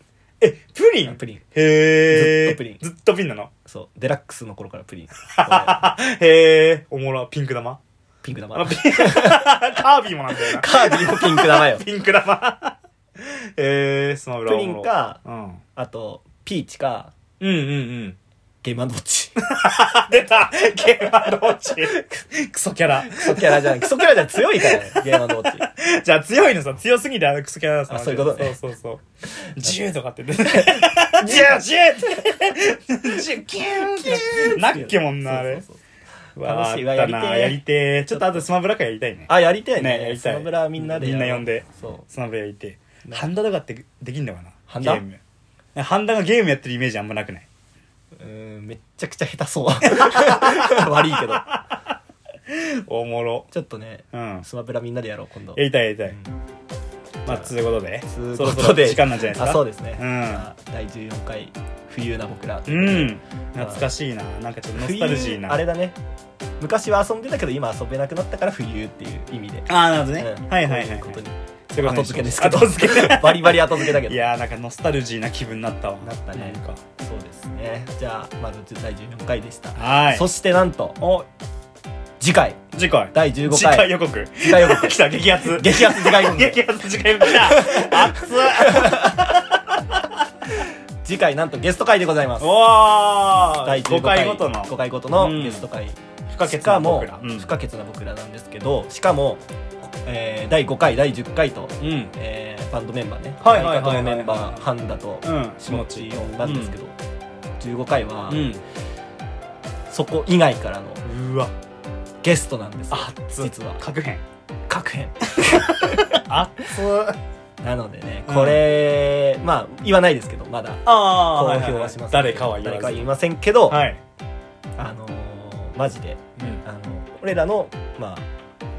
S2: えプリン
S1: プリン
S2: へえ
S1: ずっとプリン
S2: ずっとピンなの
S1: そうデラックスの頃から プリン俺
S2: へえおもろピンク玉
S1: ピンク
S2: あの
S1: 玉
S2: ピンカービィもなんだよな
S1: カービィのピンク玉よ
S2: ピンク玉 えー、スマブラ
S1: プ
S2: お
S1: リ
S2: もろ
S1: ン、か
S2: うん、
S1: あとピーチか
S2: うんうんうん
S1: ゲームウォッチ
S2: あ出たゲーマーのうちクソキャラ
S1: クソキャラじゃんクソキャラじゃん強いからねゲームウォッチ
S2: じゃあ強いのさ強すぎてあのクソキャラさ
S1: あそういうことね
S2: そうそうそう 銃とかって出て 銃銃って銃キューンってなっけもんなあれ
S1: そうそうそう楽しいわ
S2: あったなや
S1: や
S2: り
S1: り
S2: てえちょっとあとスマブラ会やりたいね
S1: あやりたいね
S2: ねやりたい
S1: スマブラみんなでやろう
S2: みんな呼んで
S1: そう
S2: スマブラやりてえ
S1: ね
S2: ハンダとかってできんのかな
S1: ハンダ
S2: ゲームハンダがゲームやってるイメージあんま なくないう
S1: ーんめっちゃくちゃ下手そう 悪いけど
S2: おもろ
S1: ちょっとね
S2: うん
S1: スマブラみんなでやろう今度
S2: やりたいやりたい、
S1: うん
S2: まあつうことで
S1: つう
S2: そろ
S1: こ
S2: そろ
S1: とで
S2: 時間なんじゃないですか
S1: あそうですね、
S2: う
S1: うんん、第14回冬な僕ら
S2: うん懐かしいななんかちょっとノスタルジー
S1: 冬
S2: な
S1: あれだね昔は遊んでたけど今遊べなくなったから冬っていう意味で、
S2: ああなるほどね、
S1: うん
S2: はいはいはい
S1: こういうことに
S2: そういうこと
S1: 後
S2: にし
S1: 付け
S2: ま
S1: ですすけど
S2: 後付け
S1: バリバリ後付けだけど
S2: いやーなんかノスタルジーな気分になったわ
S1: なったね
S2: なんか
S1: そうですねじゃあまず第14回でした、
S2: はい
S1: そしてなんと
S2: お
S1: 次回
S2: 次回
S1: 第15回
S2: 次回予告
S1: 次回予告
S2: 来た激アツ
S1: 激アツ次回予告
S2: 激アツ次回予告来 た熱っ
S1: 次回なんとゲスト回でございます
S2: お
S1: 第
S2: ー
S1: 15
S2: 5回ごとの
S1: 5回ごと
S2: うん
S1: のゲスト回、
S2: 不可欠
S1: し
S2: な
S1: かも
S2: 僕らうん
S1: 不可欠な僕らなんですけどしかも、えー第5回第10回と、
S2: うん
S1: えーバンドメンバーね
S2: はいはいはいはい
S1: 相方のメンバーハンダと
S2: うん
S1: 下地4なんですけど、15回は、
S2: うん
S1: そこ以外からの
S2: うわ
S1: ゲストなんですよ
S2: 熱っ
S1: 実は
S2: 各編
S1: 各編
S2: 熱っ
S1: なのでね
S2: うん
S1: これ、まあ言わないですけどまだ公
S2: ああ
S1: 表はします
S2: 誰かは言わ
S1: 誰
S2: ず
S1: かは言いませんけど、
S2: はい、
S1: あのーマジで
S2: うん、
S1: あの俺らの、まあ、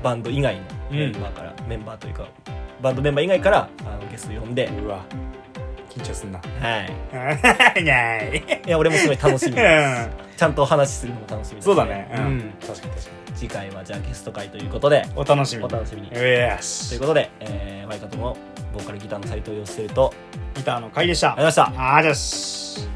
S1: バンド以外のメンバーから、メンバーというかバンドメンバー以外からあのゲスト呼んで、
S2: うわ緊張すんな
S1: はい、
S2: ない
S1: いや俺もすごい楽 しみですちゃんとお話しするのも楽しみです、
S2: そうだね
S1: うん
S2: 確かに確か
S1: 次回はじゃあゲスト会ということで
S2: にお楽しみ
S1: お
S2: に
S1: 楽しみに、
S2: うえー
S1: とい
S2: し
S1: うことで、えー、ワイカトのボーカルギターの斉藤陽介と
S2: ギターの回でした
S1: ありがとうございました
S2: あーじゃあし